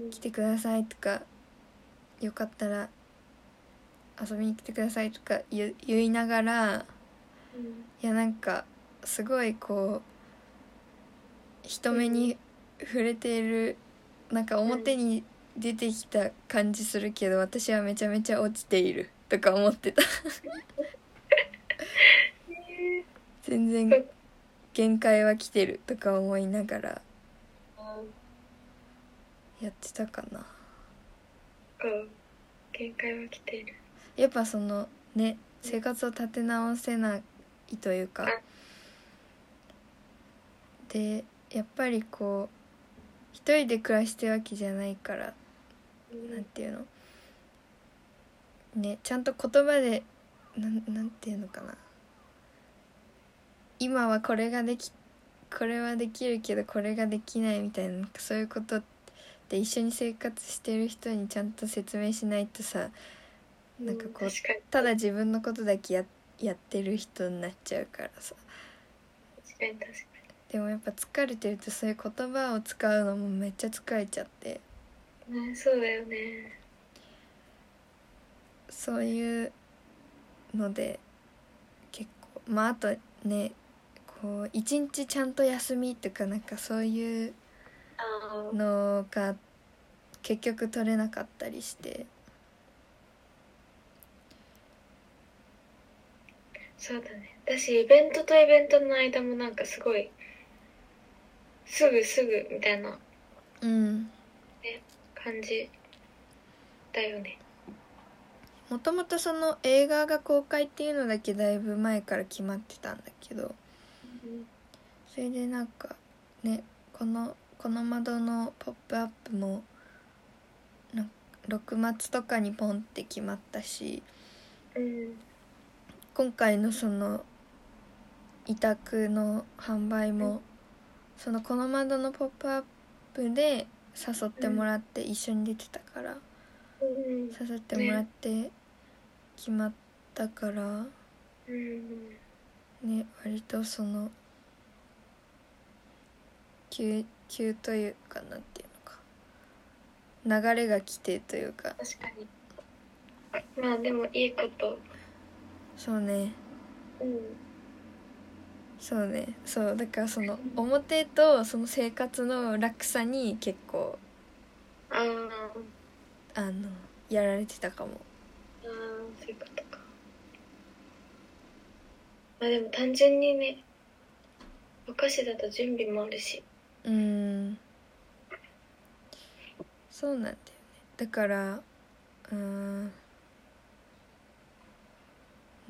B: うん
A: 来てくださいとかよかったら遊びに来てくださいとか言う言いながら
B: うん
A: いやなんかすごいこう人目に触れているなんか表に出てきた感じするけど私はめちゃめちゃ落ちているとか思ってた全然限界は来てるとか思いながらやってたかな
B: うん限界は来ている
A: やっぱそのね生活を立て直せないというかでやっぱりこう一人で暮らしてるわけじゃないからなんていうのねちゃんと言葉でなんなんていうのかな今はこれができこれはできるけどこれができないみたいななんかそういうことって一緒に生活してる人にちゃんと説明しないとさなんかこう
B: 確かに
A: ただ自分のことだけややってる人になっちゃうからさ
B: 確かに確か
A: でもやっぱ疲れてるとそういう言葉を使うのもめっちゃ疲れちゃって
B: にねそうだよね
A: そういうので結構まああとねこう一日ちゃんと休みとかなんかそういう
B: あー
A: のが結局取れなかったりして
B: そうだね私イベントとイベントの間もなんかすごいすぐすぐみたいな
A: うん
B: 感じだよね
A: もともとその映画が公開っていうのだけだいぶ前から決まってたんだけどそれでなんかねこの「この窓」の「ポップアップもなんか6月とかにポンって決まったし
B: うん
A: 今回のその委託の販売もその「この窓」の「ポップアップで誘ってもらって一緒に出てたから
B: うん
A: 誘ってもらって決まったから
B: うん
A: ね割とその急急というかなんていうのか流れが来てというか
B: 確かにまあでもいいこと
A: そうね
B: うん
A: そうねそうだからその表とその生活の落差に結構
B: ああ
A: あのやられてたかも
B: あーそういうことかまあでも単純にねお菓子だと準備もあるし
A: うーんそうなんだよねだからうーん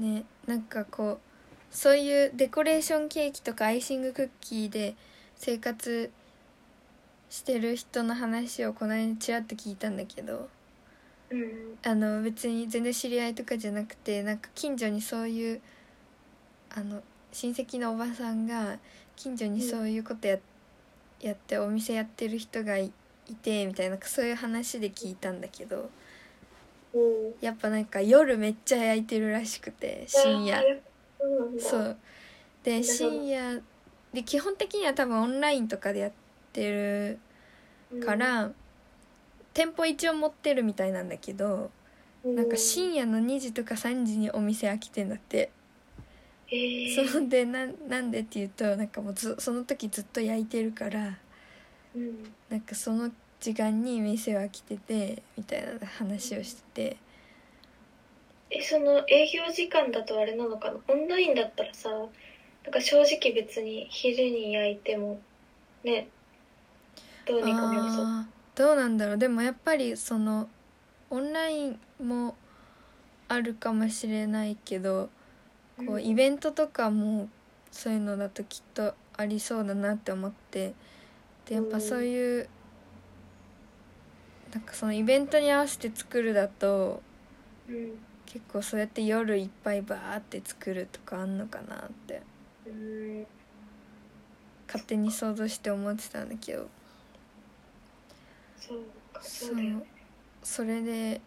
A: ねなんかこうそういうデコレーションケーキとかアイシングクッキーで生活してる人の話をこの間ちらっと聞いたんだけど
B: うん
A: あの別に全然知り合いとかじゃなくてなんか近所にそういうあの親戚のおばさんが近所にそういうことや,、やってお店やってる人がいいてみたいななんかそういう話で聞いたんだけど
B: うん
A: やっぱなんか夜めっちゃ焼いてるらしくて深夜
B: うん
A: そうで
B: なるほど
A: 深夜で基本的には多分オンラインとかでやってるから、店舗一応持ってるみたいなんだけど。
B: う
A: なんか深夜の2時とか3時にお店開けてんだって、
B: えー
A: そんでなんなんでっていうとなんかもうずその時ずっと焼いてるから
B: うん
A: なんかその時間に店を開けててみたいな話をしてて
B: えその営業時間だとあれなのかなオンラインだったらさなんか正直別に昼に焼いてもねどうにかなりそう
A: あーどうなんだろうでもやっぱりそのオンラインもあるかもしれないけどこうイベントとかもそういうのだときっとありそうだなって思ってでやっぱそういうなんかそのイベントに合わせて作るだと
B: うん
A: 結構そうやって夜いっぱいバーって作るとかあんのかなって
B: うん
A: 勝手に想像して思ってたんだけど
B: そうかそ
A: そう
B: だよ
A: うそれで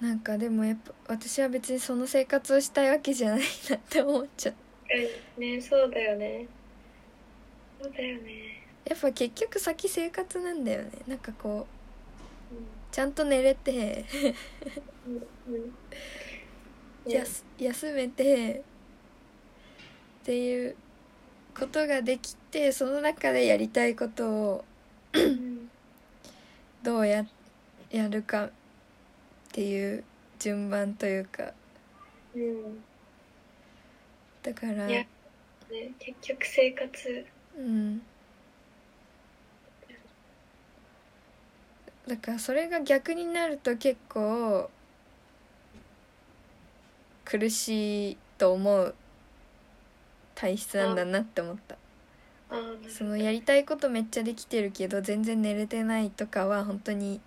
A: なんかでもやっぱ私は別にその生活をしたいわけじゃないなって思っちゃう
B: ねそうだよねそうだよね
A: やっぱ結局先生活なんだよねなんかこう
B: う
A: ちゃんと寝れて
B: んうんうん
A: やす休めてっていうことができてその中でやりたいことを
B: うん
A: どうややるかっていう順番というか
B: うん
A: だから
B: いやね結局生活
A: うんだからそれが逆になると結構苦しいと思う体質なんだなって思った。
B: ああなる
A: そのやりたいことめっちゃできてるけど全然寝れてないとかは本当に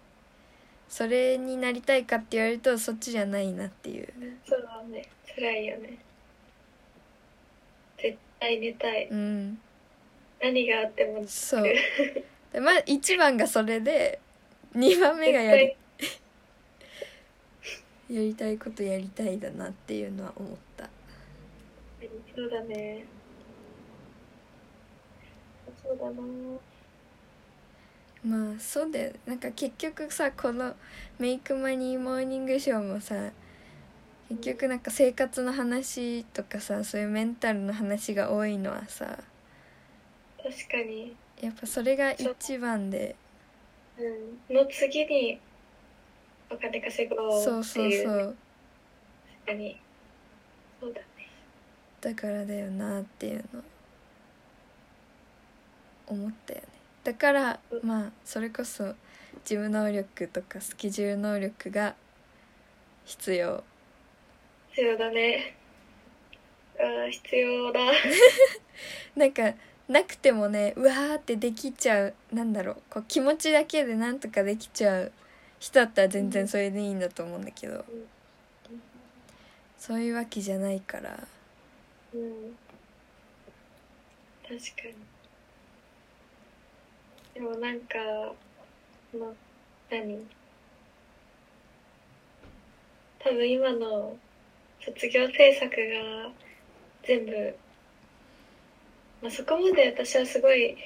A: それになりたいかって言われるとそっちじゃないなっていう
B: そうだね辛いよね絶対寝たい
A: うん
B: 何があっても
A: そうでまあ1番がそれで2番目がやりやりたいことやりたいだなっていうのは思った
B: 絶対そうだねそうだな
A: うまあそうだよなんか結局さこの「メイクマニーモーニングショー」もさ結局なんか生活の話とかさそういうメンタルの話が多いのはさ
B: 確かに、
A: やっぱそれが一番で
B: うん、の次にお金稼ごうっていう
A: そうそうそう
B: 確かにそうだね
A: だからだよなっていうの思ったよねだからまあそれこそ事務能力とかスケジュール能力が必要
B: 必要だねああ必要だ
A: なんかなくてもねうわーってできちゃうなんだろうこう気持ちだけでなんとかできちゃう人だったら全然それでいいんだと思うんだけどそういうわけじゃないから
B: うん確かにでもなんかその何多分今の卒業制作が全部、まあ、そこまで私はすごい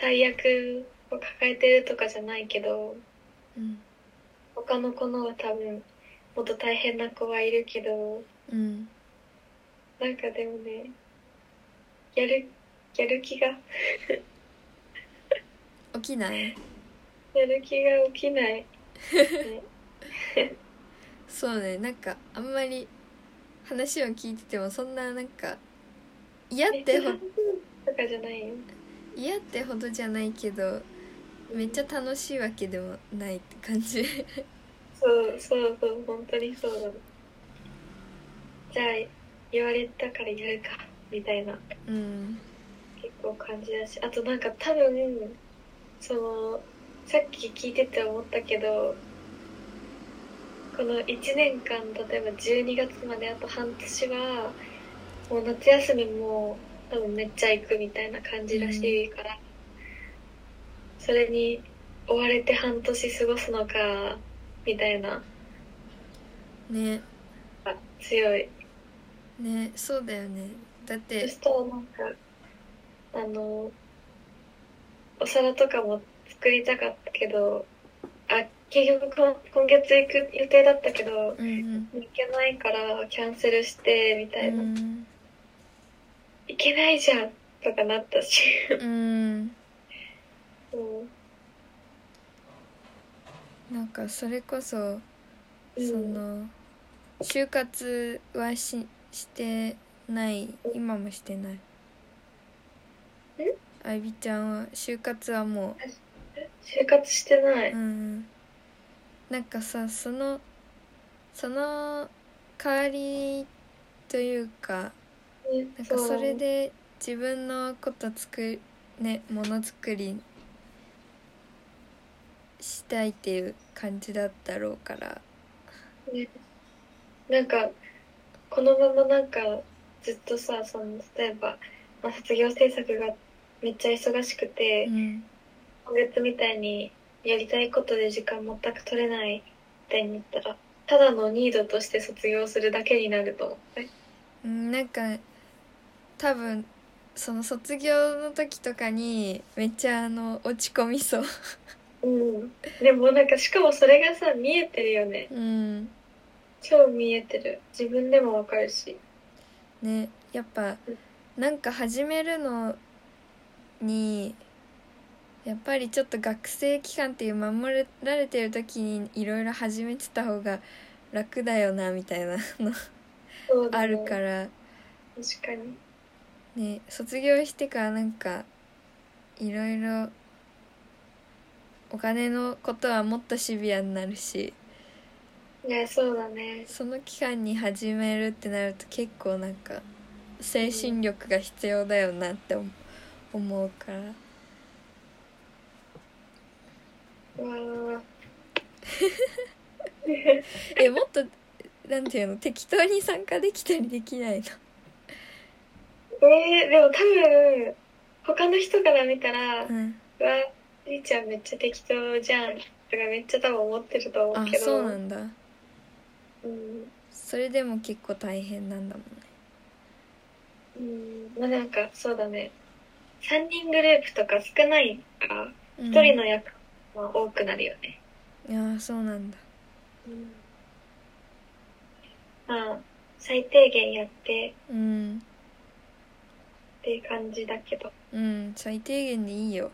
B: 大役を抱えてるとかじゃないけど
A: うん
B: 他の子のは多分もっと大変な子はいるけど
A: うん
B: なんかでもねやるやる気が
A: 起きない
B: やる気が起きない、ね
A: そうねなんかあんまり話を聞いててもそんななんか嫌ってほ
B: とかじゃないよ
A: 嫌ってほどじゃないけどめっちゃ楽しいわけでもないって感じ
B: そうそうそう本当にそうだじゃあ言われたからやるかみたいな
A: うん
B: 結構感じだしあとなんか多分そのさっき聞いてて思ったけどこの1年間例えば12月まであと半年はもう夏休みも多分めっちゃ行くみたいな感じらしいから、それに追われて半年過ごすのかみたいな
A: ね
B: あ強い
A: ねそうだよねだっ
B: そ
A: て
B: したらなんかあのお皿とかも作りたかったけどあ結局今今月行く予定だったけど
A: うんうん
B: 行けないからキャンセルしてみたいな、
A: うん
B: 行けないじゃんとかなっ たし
A: うん
B: うん
A: なんかそれこそ
B: うん
A: その就活はししてない今もしてないあいびちゃんは就活はも
B: 就活してな
A: う
B: い
A: うんなんかさそのその代わりというかなんかそれで自分のこと作るねものづくりしたいっていう感じだったろうから
B: ねなんかこのままなんかずっとさその例えば、まあ、卒業制作がめっちゃ忙しくて、
A: うん
B: 今月みたいにやりたいことで時間全く取れないみたいになったらただのニードとして卒業するだけになると思って
A: うんなんか多分その卒業の時とかにめっちゃあの落ち込みそう
B: うんでもなんかしかもそれがさ見えてるよね
A: うん
B: 超見えてる自分でもわかるし
A: ねやっぱなんか始めるのにやっぱりちょっと学生期間っていう守られてる時にいろいろ始めてた方が楽だよなみたいなの
B: そうだ
A: あ
B: ね
A: るから
B: 確かに
A: ね卒業してからなんかいろいろお金のことはもっとシビアになるし
B: いやそうだね
A: その期間に始めるってなると結構なんか精神力が必要だよなって思思うから
B: うわー
A: えもっとなんていうの適当に参加できたりできないの
B: えー、でも多分他の人から見たら、うわ
A: うん
B: りーちゃんめっちゃ適当じゃんとかめっちゃ多分思ってると思
A: あ
B: うけど
A: そうなんだ
B: うん
A: それでも結構大変なんだもんね
B: うんまあなんかそうだね3人グループとか少ないから
A: うん、
B: 一人の役は多くなるよね。
A: いやーそうなんだ
B: まあ、最低限やって
A: うん
B: っていう感じだけど。
A: うん最低限でいい よ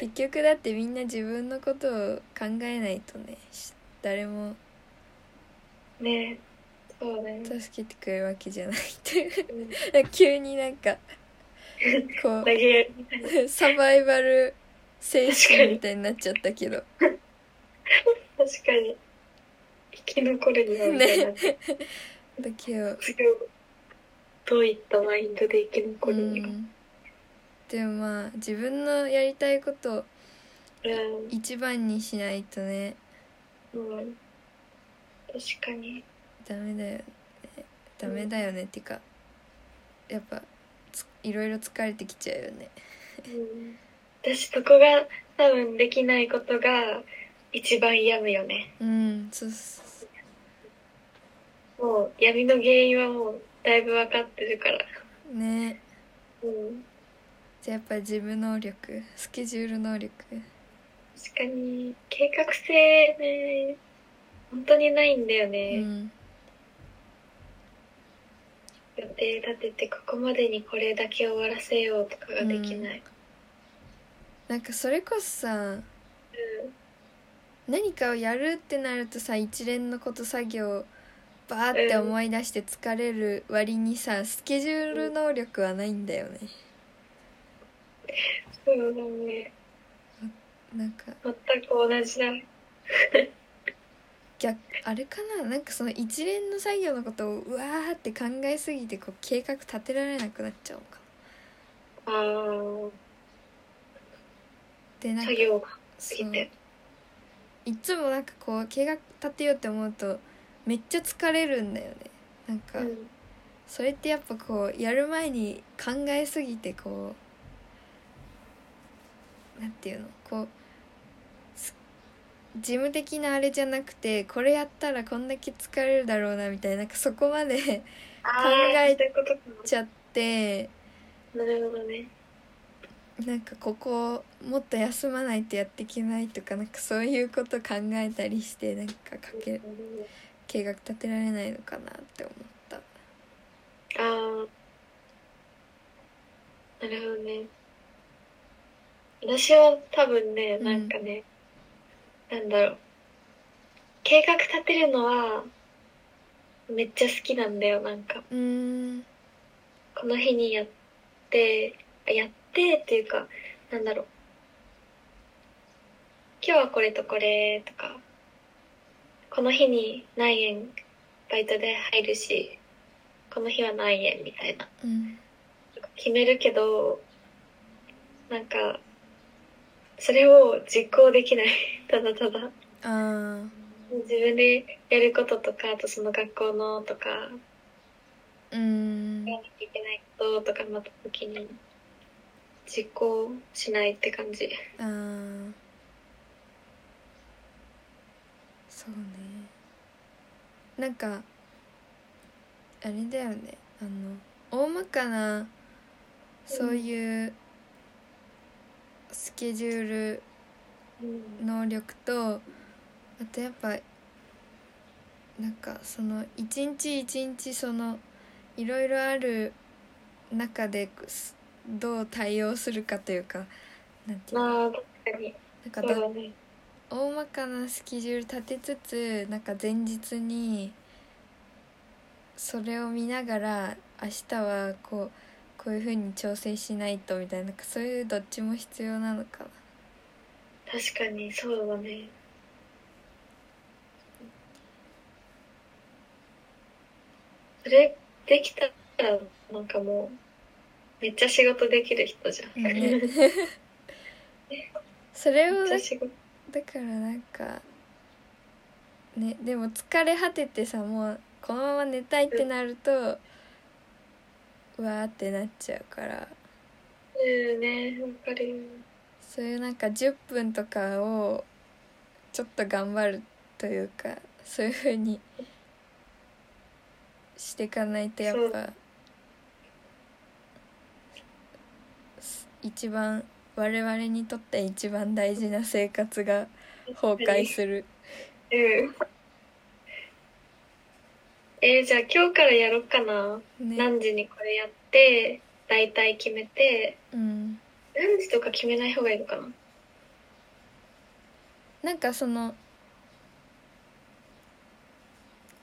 A: 結局だってみんな自分のことを考えないとねし誰も
B: ねそうだよね。
A: 助けてくれるわけじゃないって いう
B: うん
A: 急になんかこ
B: 投げやりみたいな。
A: うサバイバル精神みたいになっちゃったけど
B: 確かに。生き残るにはみたいな。
A: だけど
B: 次をどういったマインドで生き残
A: う
B: るには。
A: んでもまあ自分のやりたいことを一番にしないとね
B: うん。うん確かに。
A: ダメだよねダメだよねっていうかやっぱついろいろ疲れてきちゃうよね
B: うん私そこが多分できないことが一番病むよね
A: うんそうそうそう
B: もう闇の原因はもうだいぶ分かってるから
A: ね
B: うん
A: じゃあやっぱ事務能力スケジュール能力
B: 確かに計画性ね本当にないんだよ
A: う
B: ね、
A: ん
B: 予定立ててここまでにこれだけ終わらせようとかができない、
A: なんかそれこそさ
B: うん
A: 何かをやるってなるとさ一連のこと作業バーって思い出して疲れる割にさスケジュール能力はないんだよね
B: そうだね
A: なんか
B: 全く同じだ
A: 逆あれかななんかその一連の作業のことをうわーって考えすぎてこう計画立てられなくなっちゃうのかな
B: あー
A: でなんか
B: 作業が過
A: そ
B: ぎ
A: う
B: て
A: いつもなんかこう計画立てようって思うとめっちゃ疲れるんだよねなんか、
B: うん
A: それってやっぱこうやる前に考えすぎてこうなんていうのこうす事務的なあれじゃなくてこれやったらこんだけ疲れるだろうなみたいななんかそこまで
B: あ
A: 考え
B: ーそういうことか
A: ちゃって
B: ななるほどね
A: なんかここをもっと休まないとやっていけないとかなんかそういうこと考えたりしてなんかかけ計画立てられないのかなって思った。
B: あーなるほどね。私は多分ね、
A: うん
B: なんかね、なんだろう。計画立てるのは、めっちゃ好きなんだよ、なんか。
A: うーん
B: この日にやって、あやってっていうか、なんだろう。今日はこれとこれとか、この日に何円バイトで入るし、この日は何円みたいな。
A: うん
B: 決めるけど、なんか、それを実行できない。 ただただ。
A: ああ
B: 自分でやることとか、あとその学校のとか、
A: うーん
B: やらなきゃいけないこととかなった時に、実行しないって感じ。
A: あーそうねなんかあれだよねあの大まかなそういうスケジュール
B: うん。
A: 能力とあとやっぱなんかその一日一日そのいろいろある中ですどう対応するかというかなんていうの
B: まあ、確かに。
A: なんか
B: そう
A: だ
B: だね。
A: 大まかなスケジュール立てつつなんか前日にそれを見ながら明日はこうこういう風に調整しないとみたいななんかそういうどっちも必要なのかな。
B: 確かに、そうだね。それ、できたら、なんかもう、めっちゃ仕事できる人じゃん。
A: ねそれをだ
B: 仕事
A: だからなんかねでも疲れ果ててさもうこのまま寝たいってなるとうわーってなっちゃうから
B: うんね、わかるよ。
A: そういうなんか10分とかをちょっと頑張るというかそういうふうにしていかないとやっぱす一番我々にとって一番大事な生活が崩壊する
B: うん。えー、じゃあ今日からやろうかな。
A: ね
B: 何時にこれやって、だいたい決めて、
A: うん
B: 何時とか決めない方がいいのかな。
A: なんかその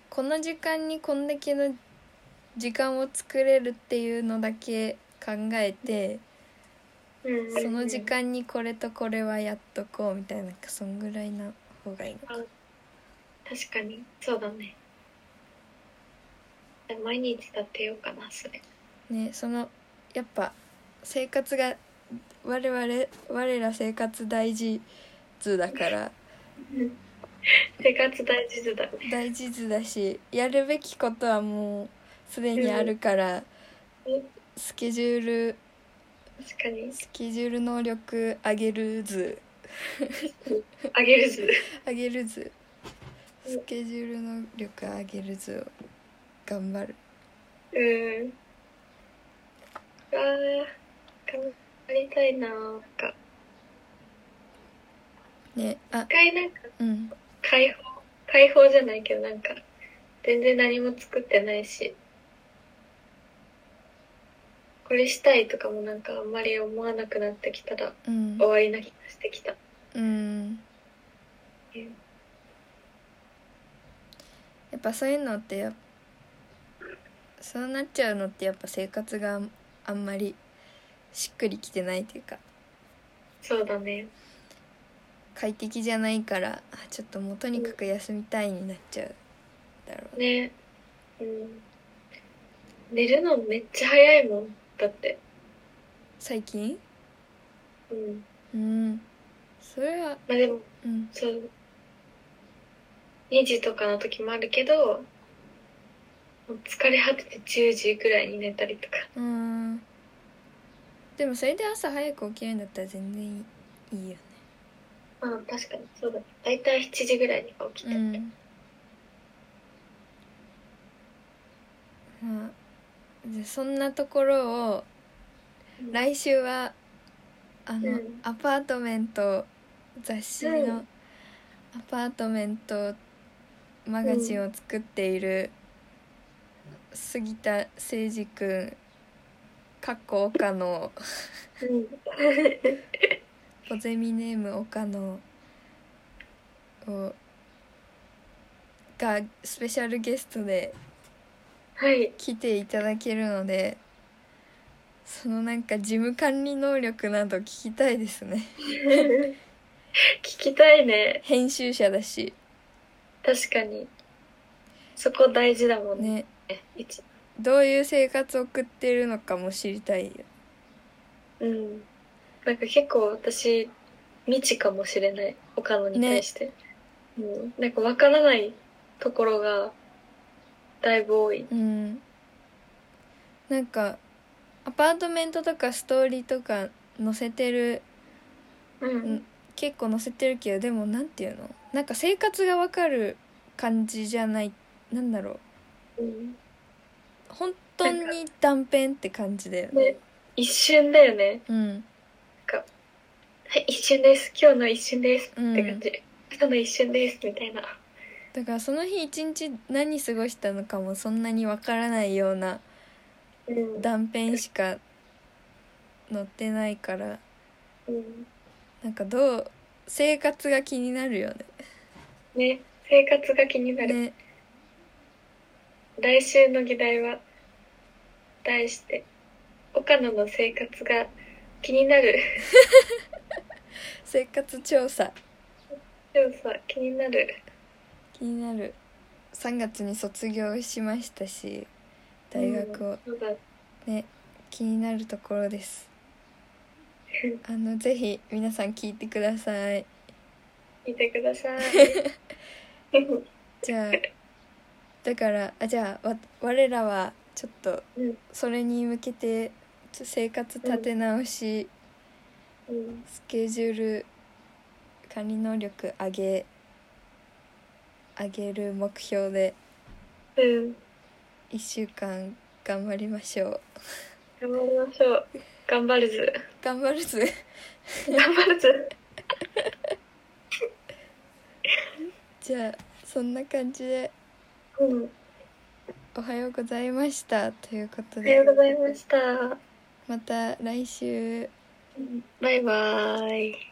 A: この時間にこんだけの時間を作れるっていうのだけ考えて
B: うん。
A: その時。間にこれとこれはやっとこうみたいななんかそんぐらいな方がいいのか
B: 確かに、そうだね。じゃあ毎日立てようかな、それ。
A: ねそのやっぱ生活が我々我ら生活大事図だから
B: 生活大事図だね。
A: 大事図だしやるべきことはもうすでにあるから
B: うん
A: スケジュール
B: 確かに。
A: スケジュール能力上げる図
B: あげる図。
A: 上げる図
B: うん
A: スケジュール能力上げる図を頑張る
B: うん。ああ、頑張りたいな、なんか。
A: ねあ
B: 一回なんか、
A: うん
B: 解放解放じゃないけどなんか全然何も作ってないしこれしたいとかもなんかあんまり思わなくなってきたら
A: うん
B: 終わりな気がしてきた
A: うん
B: うん
A: やっぱそういうのってやっそうなっちゃうのってやっぱ生活があんまりしっくりきてないというか
B: そうだね
A: 快適じゃないからあちょっともうとにかく休みたいになっちゃうだろ
B: ねうん寝るのめっちゃ早いもんだって
A: う最近
B: うん
A: うんそれは
B: まあでも
A: うん
B: そう2時とかの時もあるけどもう疲れ果てて10時ぐらいに寝たりとか
A: うんでもそれで朝早く起きるんだったら全然いいいいよ
B: あ確かにそうだね大体7時ぐらいには起き
A: う
B: てる、
A: んまあでそんなところを
B: うん
A: 来週はあの、
B: うん
A: アパートメント雑誌の、
B: うん
A: アパートメントマガジンを作っている杉田誠司君かっこ岡野
B: うん
A: 小ゼミネーム岡野をがスペシャルゲストで
B: はい
A: 来ていただけるのでそのなんか事務管理能力など聞きたいですね
B: 聞きたいね
A: 編集者だし
B: 確かにそこ大事だもんね
A: ね
B: 一
A: どういう生活を送ってるのかも知りたいよ
B: うんなんか結構私未知かもしれない岡野に対して、うん、なんかわからないところがだいぶ多い
A: うんなんかアパートメントとかストーリーとか載せてる
B: うん、
A: ん結構載せてるけどでもなんていうのなんか生活がわかる感じじゃないなんだろう
B: うん
A: 本当に断片って感じだよね
B: ね一瞬だよね
A: うん
B: はい一瞬です今日の一瞬です
A: うん
B: って感じ、今日の一瞬ですみたいな
A: だからその日一日何過ごしたのかもそんなにわからないような
B: うん
A: 断片しか載ってないから
B: うん
A: なんかどう生活が気になるよ
B: ね生活が気にな
A: ね
B: る、
A: ね
B: 来週の議題は題して岡野の生活が気になる
A: 生活調査
B: 調査気になる
A: 気になる3月に卒業しましたし大学を
B: そうだ
A: ね気になるところですあのぜひ皆さん聞いてください
B: 見てくだ さい
A: じ ゃあだからあじゃあわ我らはちょっと
B: うん
A: それに向けてちょ生活立て直し、
B: うん
A: スケジュール管理能力上げ上げる目標で
B: うん
A: 1週間頑張りましょう
B: 頑張りましょう頑張るず。
A: 頑張るぜ
B: 頑張るず。
A: じゃあそんな感じで
B: うん。
A: 「おはようございました」ということ
B: おはよう
A: で
B: ございました。
A: また来週。
B: バイバーイ。